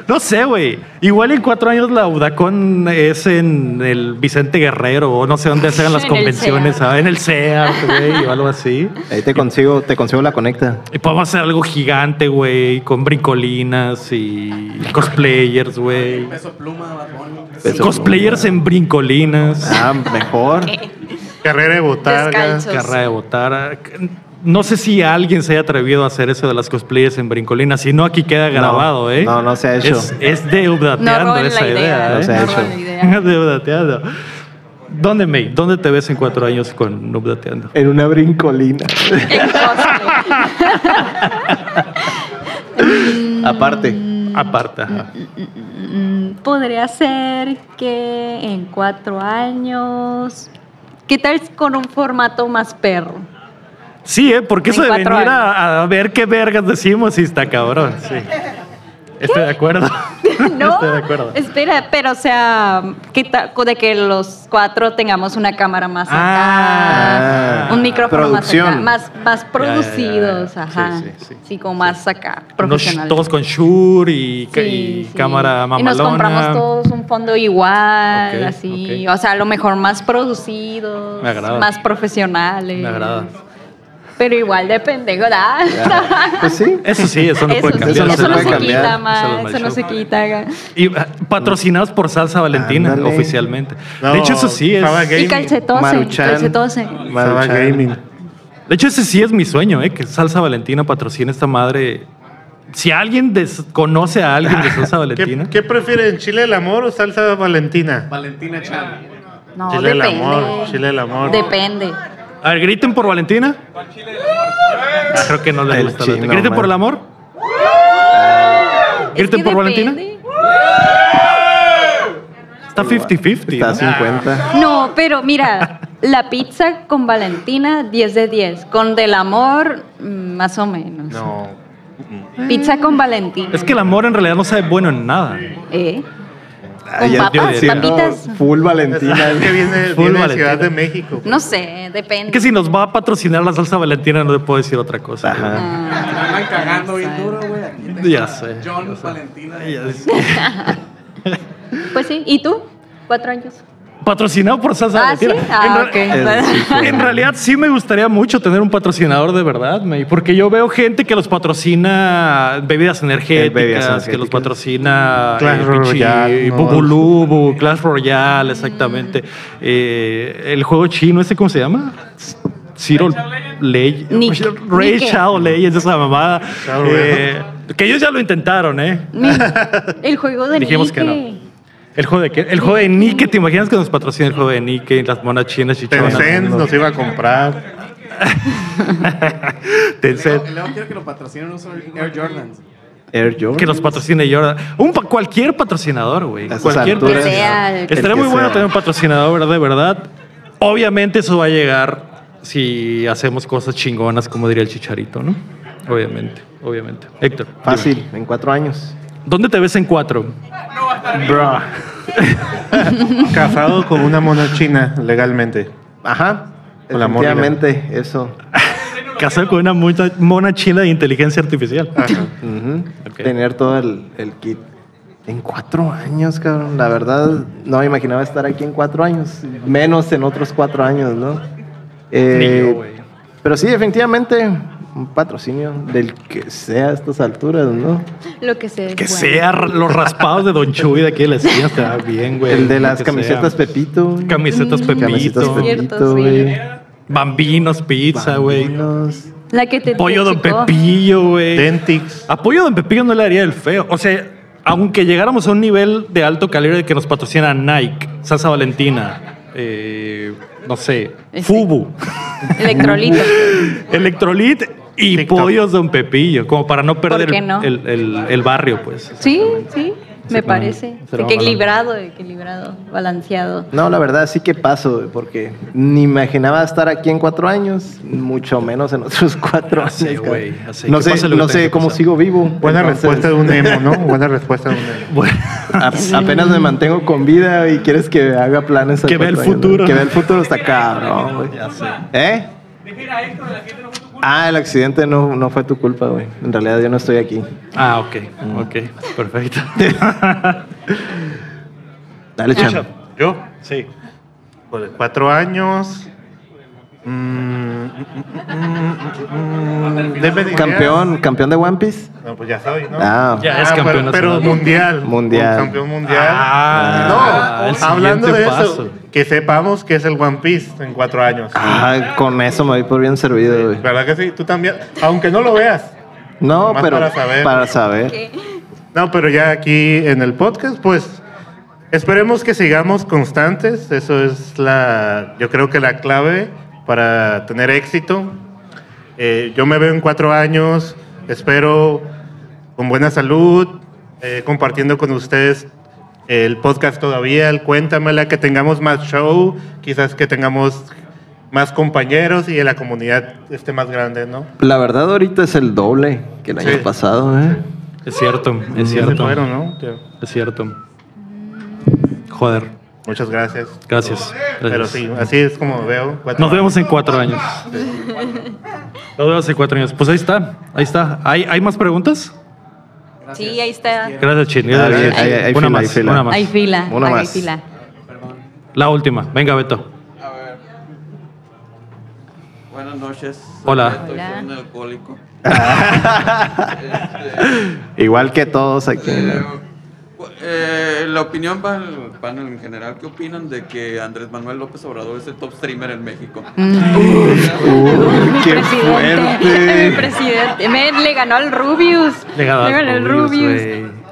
No sé, güey. Igual en cuatro años la Udacón es en el Vicente Guerrero o no sé dónde se hagan las
En el
convenciones.
CEAR.
ah, En el CEAR, güey, o algo así.
Ahí te consigo, te consigo la conecta.
Y podemos hacer algo gigante, güey, con brincolinas y cosplayers, güey.
Peso pluma, Bad Bunny.
Eso,
Cosplayers en brincolinas.
Ah, mejor.
Carrera de botarga.
Descalzos.
Carrera de botar. No sé si alguien se haya atrevido a hacer eso de las cosplayers en brincolinas. Si no, aquí queda grabado, ¿eh?
no, no se ha hecho.
Es, es de
No
Updateando
roben la
esa
idea,
idea.
no
¿eh?
se ha
no
hecho.
roben la idea.
de Updateando. ¿Dónde, May? ¿Dónde te ves en cuatro años con Updateando?
En una brincolina.
En cosplay. <laughs>
Aparte.
<laughs> Aparte. ajá.
Mm, Podría ser que en cuatro años. ¿Qué tal con un formato más perro?
<laughs> Sí, ¿eh? Porque eso
En
de venir
cuatro
a, a ver qué vergas decimos y está cabrón. Sí. Estoy de acuerdo.
No,
Estoy de acuerdo.
espera, pero o sea, ¿qué tal de que los cuatro tengamos una cámara más
Ah,
acá, un micrófono más acá,
producción.
más, más
ya,
producidos,
ya.
ajá,
Sí,
sí,
sí, sí.
como más acá,
Unos-
profesional.
todos con Shure y, ca- y
Sí, sí.
cámara
Y
mamalona.
nos compramos todos un fondo igual,
Ok,
así,
ok.
o sea, a lo mejor más producidos,
Me agrada.
más profesionales.
Me agrada.
Pero igual de pendejo, ¿verdad?
Pues sí.
Eso sí, eso no puede
sí,
cambiar.
eso no
<laughs> eso no
puede
se
cambiar.
quita,
Eso no
ma,
es mal
eso no
show.
se quita.
Y ah, patrocinados por Salsa Valentina,
Ándale.
oficialmente.
No,
de hecho, eso sí es.
estaba gay.
Y calcetose,
Maruchan.
calcetose.
Estaba
Maruchan.
gaming.
De hecho, ese sí es mi sueño, ¿eh? Que Salsa Valentina patrocine esta madre. Si alguien des- conoce a alguien
<laughs>
de Salsa Valentina.
¿Qué, ¿Qué prefieren, chile del amor o salsa valentina?
Valentina Chan.
No,
Chile del
depende.
amor, chile del amor.
Depende.
A ver, griten por Valentina. Ah, Creo que no les
El
gusta. la-
chino,
¿Griten
man.
por el amor?
Es
¿Irte
que
por Valentina?
depende.
Está 50-50.
Está
¿no?
50.
No, pero mira, la pizza con Valentina, 10 de 10. Con del amor, mm, más o menos.
No.
Pizza con Valentina.
Es que el amor en realidad no sabe bueno en nada.
¿Eh?
Ay,
¿Con
ya
papas?
estoy diciendo
¿Papitas?
Full Valentina.
Es que viene,
Full
viene de
Valentina.
Ciudad de México.
No sé,
Es
depende.
que si nos va a patrocinar la salsa valentina, no le puedo decir otra cosa.
Ajá.
Ah,
Andan cagando bien
sabe.
duro, güey. Aquí tengo
Ya sé.
John Valentina.
Ya sé.
Pues sí, ¿y tú? Cuatro años.
Patrocinado por salsa
Ah, sí,
valentina. En
ah,
ra-
ok.
En realidad Eh, sí me gustaría mucho tener un patrocinador de verdad, May, porque yo veo gente que los patrocina bebidas energéticas, que los
energéticas.
patrocina
Eh,
eh,
Clash
pinche
Royale, ¿no?
Bubulubu, Clash Royale, exactamente. Eh, el juego chino, ¿ese cómo se llama? Zero Ley,
Ni-
Ray
ni qué.
Shadow Legends, esa mamada.
Shadow
Eh, que ellos ya lo intentaron, ¿eh?
<laughs> Mi-
<laughs>
el juego de
Dijimos que
Nike.
no. El juego de qué? El juego de Nike, ¿te imaginas que nos patrocina el juego de Nike y las monas chinas chichonas?
Tencent nos iba a comprar.
Tencent.
Y luego quiero que lo patrocinen unos Air Jordans.
Air Jordan.
Que los patrocine Jordan. Un pa- cualquier patrocinador, güey.
A esas
Cualquier
alturas.
Que sea el-
Estaría
El
muy
que
bueno
sea.
tener un patrocinador, de verdad. Obviamente eso va a llegar si hacemos cosas chingonas, como diría el chicharito, ¿no? Obviamente, obviamente. Héctor,
Fácil, en cuatro años.
¿dónde te ves en cuatro?
Bro.
Casado con una mona china legalmente.
Ah,
Ajá.
Con la mona.
Efectivamente, eso.
Casado con una mona, mona china de inteligencia artificial.
Ujú.
Ok.
Tener todo el, el kit. En cuatro años, cabrón. La verdad, no me imaginaba estar aquí en cuatro años. Menos en otros cuatro años, ¿no? Eh,
Ni yo, güey.
pero sí, definitivamente, un patrocinio del que sea a estas alturas, ¿no?
Lo que sea. es
Que
bueno.
sea los raspados de Don Chuy de aquí de la esquina, está bien, güey.
el de las
Lo que
camisetas
sea.
Pepito. güey.
Camisetas Pepito.
Camisetas Pepito,
Cierto, Mm, sí.
güey.
Bambinos, pizza, güey.
Bambinos.
La que te
Pollo Don
chicó.
Pepillo, güey.
Dentix.
Apoyo Don Pepillo no le haría el feo. O sea, aunque llegáramos a un nivel de alto calibre que nos patrocina Nike, Salsa Valentina, eh, no sé,
Este.
Fubu, <laughs>
Electrolito.
Electrolit y
TikTok.
Pollos Don Pepillo, como para no perder
qué
el-
no?
el, el- el barrio, pues.
Sí, sí, me parece.
se lo vamos a
Equilibrado, equilibrado, balanceado.
No, la verdad sí que paso, güey, porque ni imaginaba estar aquí en cuatro años, mucho menos en otros <laughs> cuatro
Ya sé,
años.
güey,
cabrón.
ya sé.
no
Que
sé,
pase lo que
no
tenga
sé
que
cómo
pasar.
sigo vivo.
Buena
entonces,
respuesta de un emo, ¿no? Buena respuesta de un emo.
Bueno,
a- Apenas me mantengo con vida y quieres que haga planes. a
Que vea el
cuatro años,
futuro.
¿no? Que vea el futuro está cabrón, güey.
ya sé.
¿Eh? Ah, el accidente no, no fue tu culpa, güey. En realidad yo no estoy aquí.
Ah, ok, ok, <laughs> perfecto.
Dale, chamo.
Yo,
sí.
por cuatro años. Mm, mm, mm, mm, mm, deme ideas.
Campeón, campeón de One Piece.
No, pues ya soy, ¿no?
Ah,
Ya es
Ah,
campeón
pero, pero
nacional.
mundial.
Mundial.
Un Campeón mundial.
Ah, el
no, hablando de
siguiente
eso,
paso.
que sepamos que es el One Piece en cuatro años.
ah, con eso me voy por bien servido, güey.
¿Verdad que sí? Tú también. Aunque no lo veas.
No,
Nomás
pero
para saber.
Para saber.
No, pero ya aquí en el podcast, pues esperemos que sigamos constantes. Eso es la, yo creo que la clave para tener éxito. Eh, yo me veo en cuatro años, espero con buena salud, eh, compartiendo con ustedes el podcast todavía, el Cuéntamela, que tengamos más show, quizás que tengamos más compañeros y la comunidad esté más grande, ¿no?
La verdad ahorita es el doble que el año
Sí.
pasado, ¿eh?
Es cierto, es
Ya se
cierto.
fueron, ¿no? Ya.
Es cierto. Joder,
Muchas gracias.
gracias.
Pero
gracias.
sí, así es como veo. cuatro
Nos vemos en cuatro años. Nos vemos en cuatro años. Pues ahí está, ahí está. ¿Hay, hay más preguntas?
Sí, ahí está.
Gracias, Chin.
Ah,
Gracias,
hay-
Chin. una
hay fila, hay
más,
fila.
una más.
Hay fila,
Una
hay
más.
fila.
La última. Venga, Beto.
Buenas noches.
Hola.
Soy
Hola.
un alcohólico.
Igual que todos aquí.
Eh,
¿no?
cu- eh, la opinión para el panel en general, ¿qué opinan de que Andrés Manuel López Obrador es el top streamer en México?
Uy,
Mi
qué
presidente, <laughs> mi
fuerte.
presidente. Me- le ganó al Rubius.
Le ganó al
al
Rubius,
Rubius.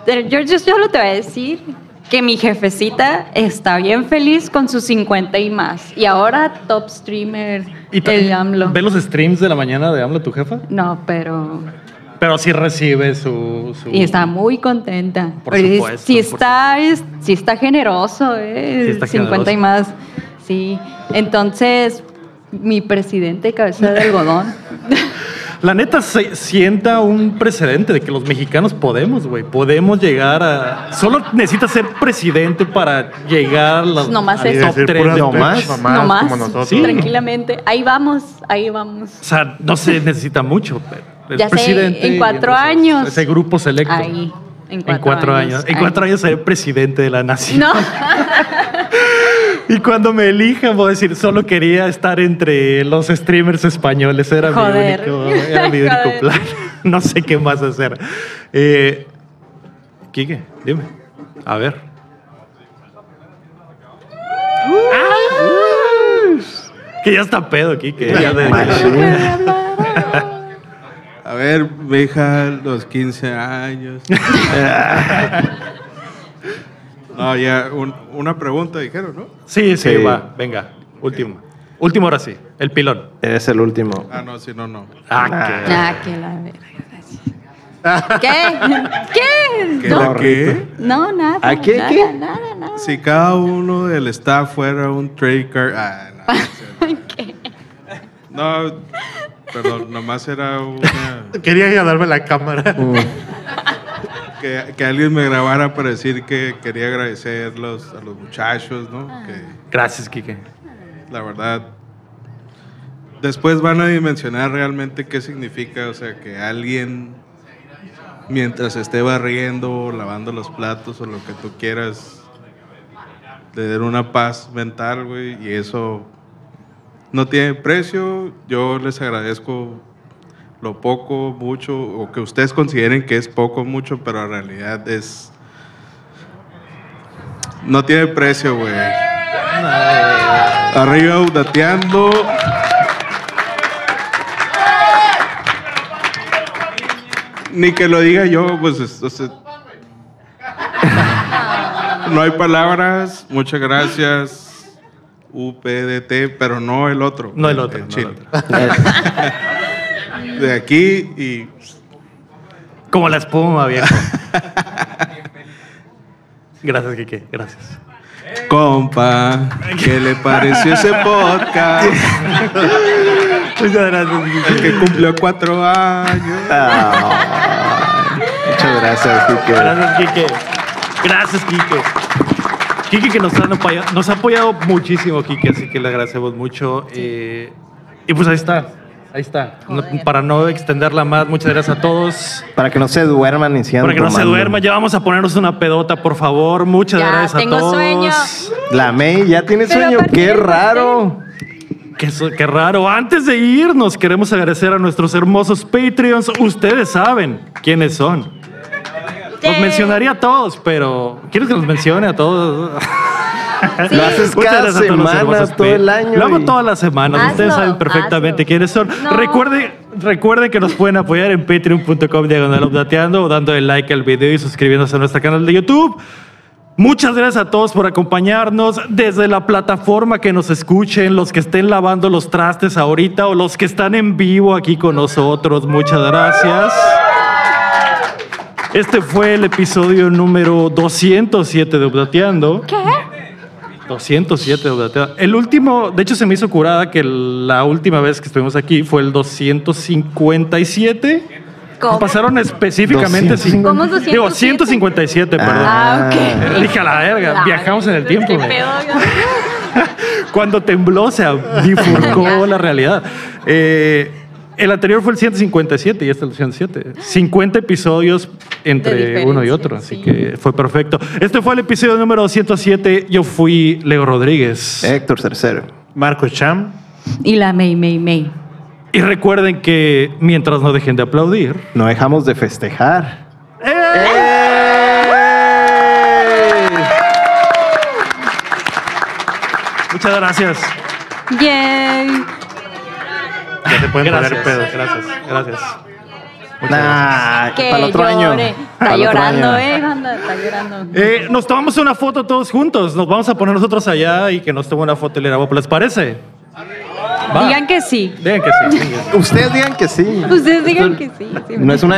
Pero Yo, yo solo te voy a decir que mi jefecita está bien feliz con sus 50 y más. Y ahora top streamer,
ta-
el AMLO.
¿Ve los streams de la mañana de AMLO, tu jefa?
No, pero
Pero sí recibe su. su-
Y está muy contenta.
Por
Oye, es-
supuesto,
sí
por
está, es- sí está generoso, ¿eh?
Sí está
50 y
generoso.
más. Sí. Entonces, mi presidente cabeza de algodón.
<laughs> La neta se sienta un precedente de que los mexicanos podemos, güey. Podemos llegar a. Solo necesitas ser presidente para llegar a los
No más
al
Pues eso.
top
Decir
tres.
puras
No más.
pinches mamadas
nomás.
como nosotros.
Sí.
Tranquilamente. Ahí vamos, ahí vamos.
O sea, no se necesita mucho. pero El
Ya sé,
presidente
en
y
cuatro
entonces
años.
Ese grupo selecto.
Ahí. En cuatro,
en cuatro años. En
ahí.
cuatro años seré presidente de la nación. <laughs>
No.
Y cuando me elijan, voy a decir, solo quería estar entre los streamers españoles. Era
Joder.
mi único, era
<laughs>
mi único
Joder.
plan. <laughs> No sé qué más hacer. Eh, Quique, dime. A ver.
Uh.
¡Ah! Que ya está pedo, Quique. Ya de-
A ver, deja los 15
<laughs>
años. <laughs> no, ya, un- una pregunta dijeron, ¿no?
Sí, sí,
Sí.
va. Venga, último. Último ahora sí, el pilón.
Es el último.
Ah, no, sí, no, no.
Ah, qué-
Ah, que la verga. ¿Qué? ¿Qué?
¿Qué,
No,
la qué?
no, nada.
¿A qué,
nada,
qué?
Nada, nada.
Si cada uno del staff fuera un trade card. Ah, no. no sé. No, perdón, nomás era una.
Quería ir a darme la cámara.
Que, que alguien me grabara para decir que quería agradecerlos a los muchachos, ¿no? Que
Gracias, Quique.
la verdad. Después van a dimensionar realmente qué significa, o sea, que alguien, mientras esté barriendo o lavando los platos o lo que tú quieras, te den una paz mental, güey, y eso no tiene precio. Yo les agradezco lo poco, mucho, o que ustedes consideren que es poco, mucho, pero en realidad es. No tiene precio, güey. Arriba dateando. Ni que lo diga yo, pues es- o sea, no hay palabras. Muchas gracias. UPDT, pero no el otro.
No el otro. no el
chino.
otro.
De aquí y
Como la espuma, viejo. Gracias, Quique. Gracias.
compa, ¿qué le pareció ese
<laughs>
podcast?
Muchas gracias,
El que cumplió cuatro años.
Ah, muchas gracias, Quique.
Gracias, Quique. Gracias, Quique. Quique que nos, han apoyado, nos ha apoyado muchísimo, Quique, así que le agradecemos mucho. Eh, y pues ahí está, ahí está. No- para no extenderla más, muchas gracias a todos.
Para que no se duerman ni sigan
Para que no se
tomando.
duerman, ya vamos a ponernos una pedota, por favor. Muchas
Ya,
gracias a
tengo
todos.
sueño.
La May ya tiene
Pero
sueño.
aparte
Qué
del
raro.
Qué, so- qué raro. Antes de irnos, queremos agradecer a nuestros hermosos Patreons. Ustedes saben quiénes son. Los
Sí.
mencionaría a todos, pero ¿quieres que los mencione a todos?
Lo haces
Muchas
cada
gracias a todos los
semana,
hermosos
todo el
Patreons.
año.
Lo hago
y-
todas las semanas.
Hazlo,
Ustedes saben perfectamente
hazlo.
quiénes son.
No.
Recuerden, recuerden que nos pueden apoyar en patreon.com diagonal updateando o dando el like al video y suscribiéndose a nuestro canal de YouTube. Muchas gracias a todos por acompañarnos desde la plataforma que nos escuchen, los que estén lavando los trastes ahorita o los que están en vivo aquí con nosotros. Muchas gracias. Este fue el episodio número 207 de Updateando.
¿Qué?
207 de Updateando. El último, de hecho se me hizo curada que la última vez que estuvimos aquí fue el 257.
¿Cómo?
Pasaron específicamente...
250.
¿Cómo
cin- Digo, 157, perdón.
Ah, ok.
Dije a la verga,
La
viajamos en el
verga,
tiempo,
qué
güey.
pedo, yo-
Cuando tembló se bifurcó la realidad. Eh, el anterior fue el 157 y este el 107. 50 episodios
De
entre
diferencia,
uno y otro, así
sí.
que fue perfecto. Este fue el episodio número 207. Yo fui Leo Rodríguez.
Héctor Tercero.
Marco Cham.
Y la May, May, May.
Y recuerden que mientras no dejen de aplaudir,
No dejamos de festejar.
Eh. muchas gracias.
Yay.
Ya se pueden
Gracias,
poner pedos.
gracias, gracias. Muchas
Nah,
Que
Ah, para el otro año.
llore.
Para
Está
el otro
llorando,
año.
eh, Wanda, está llorando.
Eh, nos tomamos una foto todos juntos. Nos vamos a poner nosotros allá y que nos tome una foto y le grabamos. ¿Les parece? Va.
Digan que sí.
Digan que sí.
Ustedes digan que sí.
Ah.
Ustedes digan que sí. sí.
No es una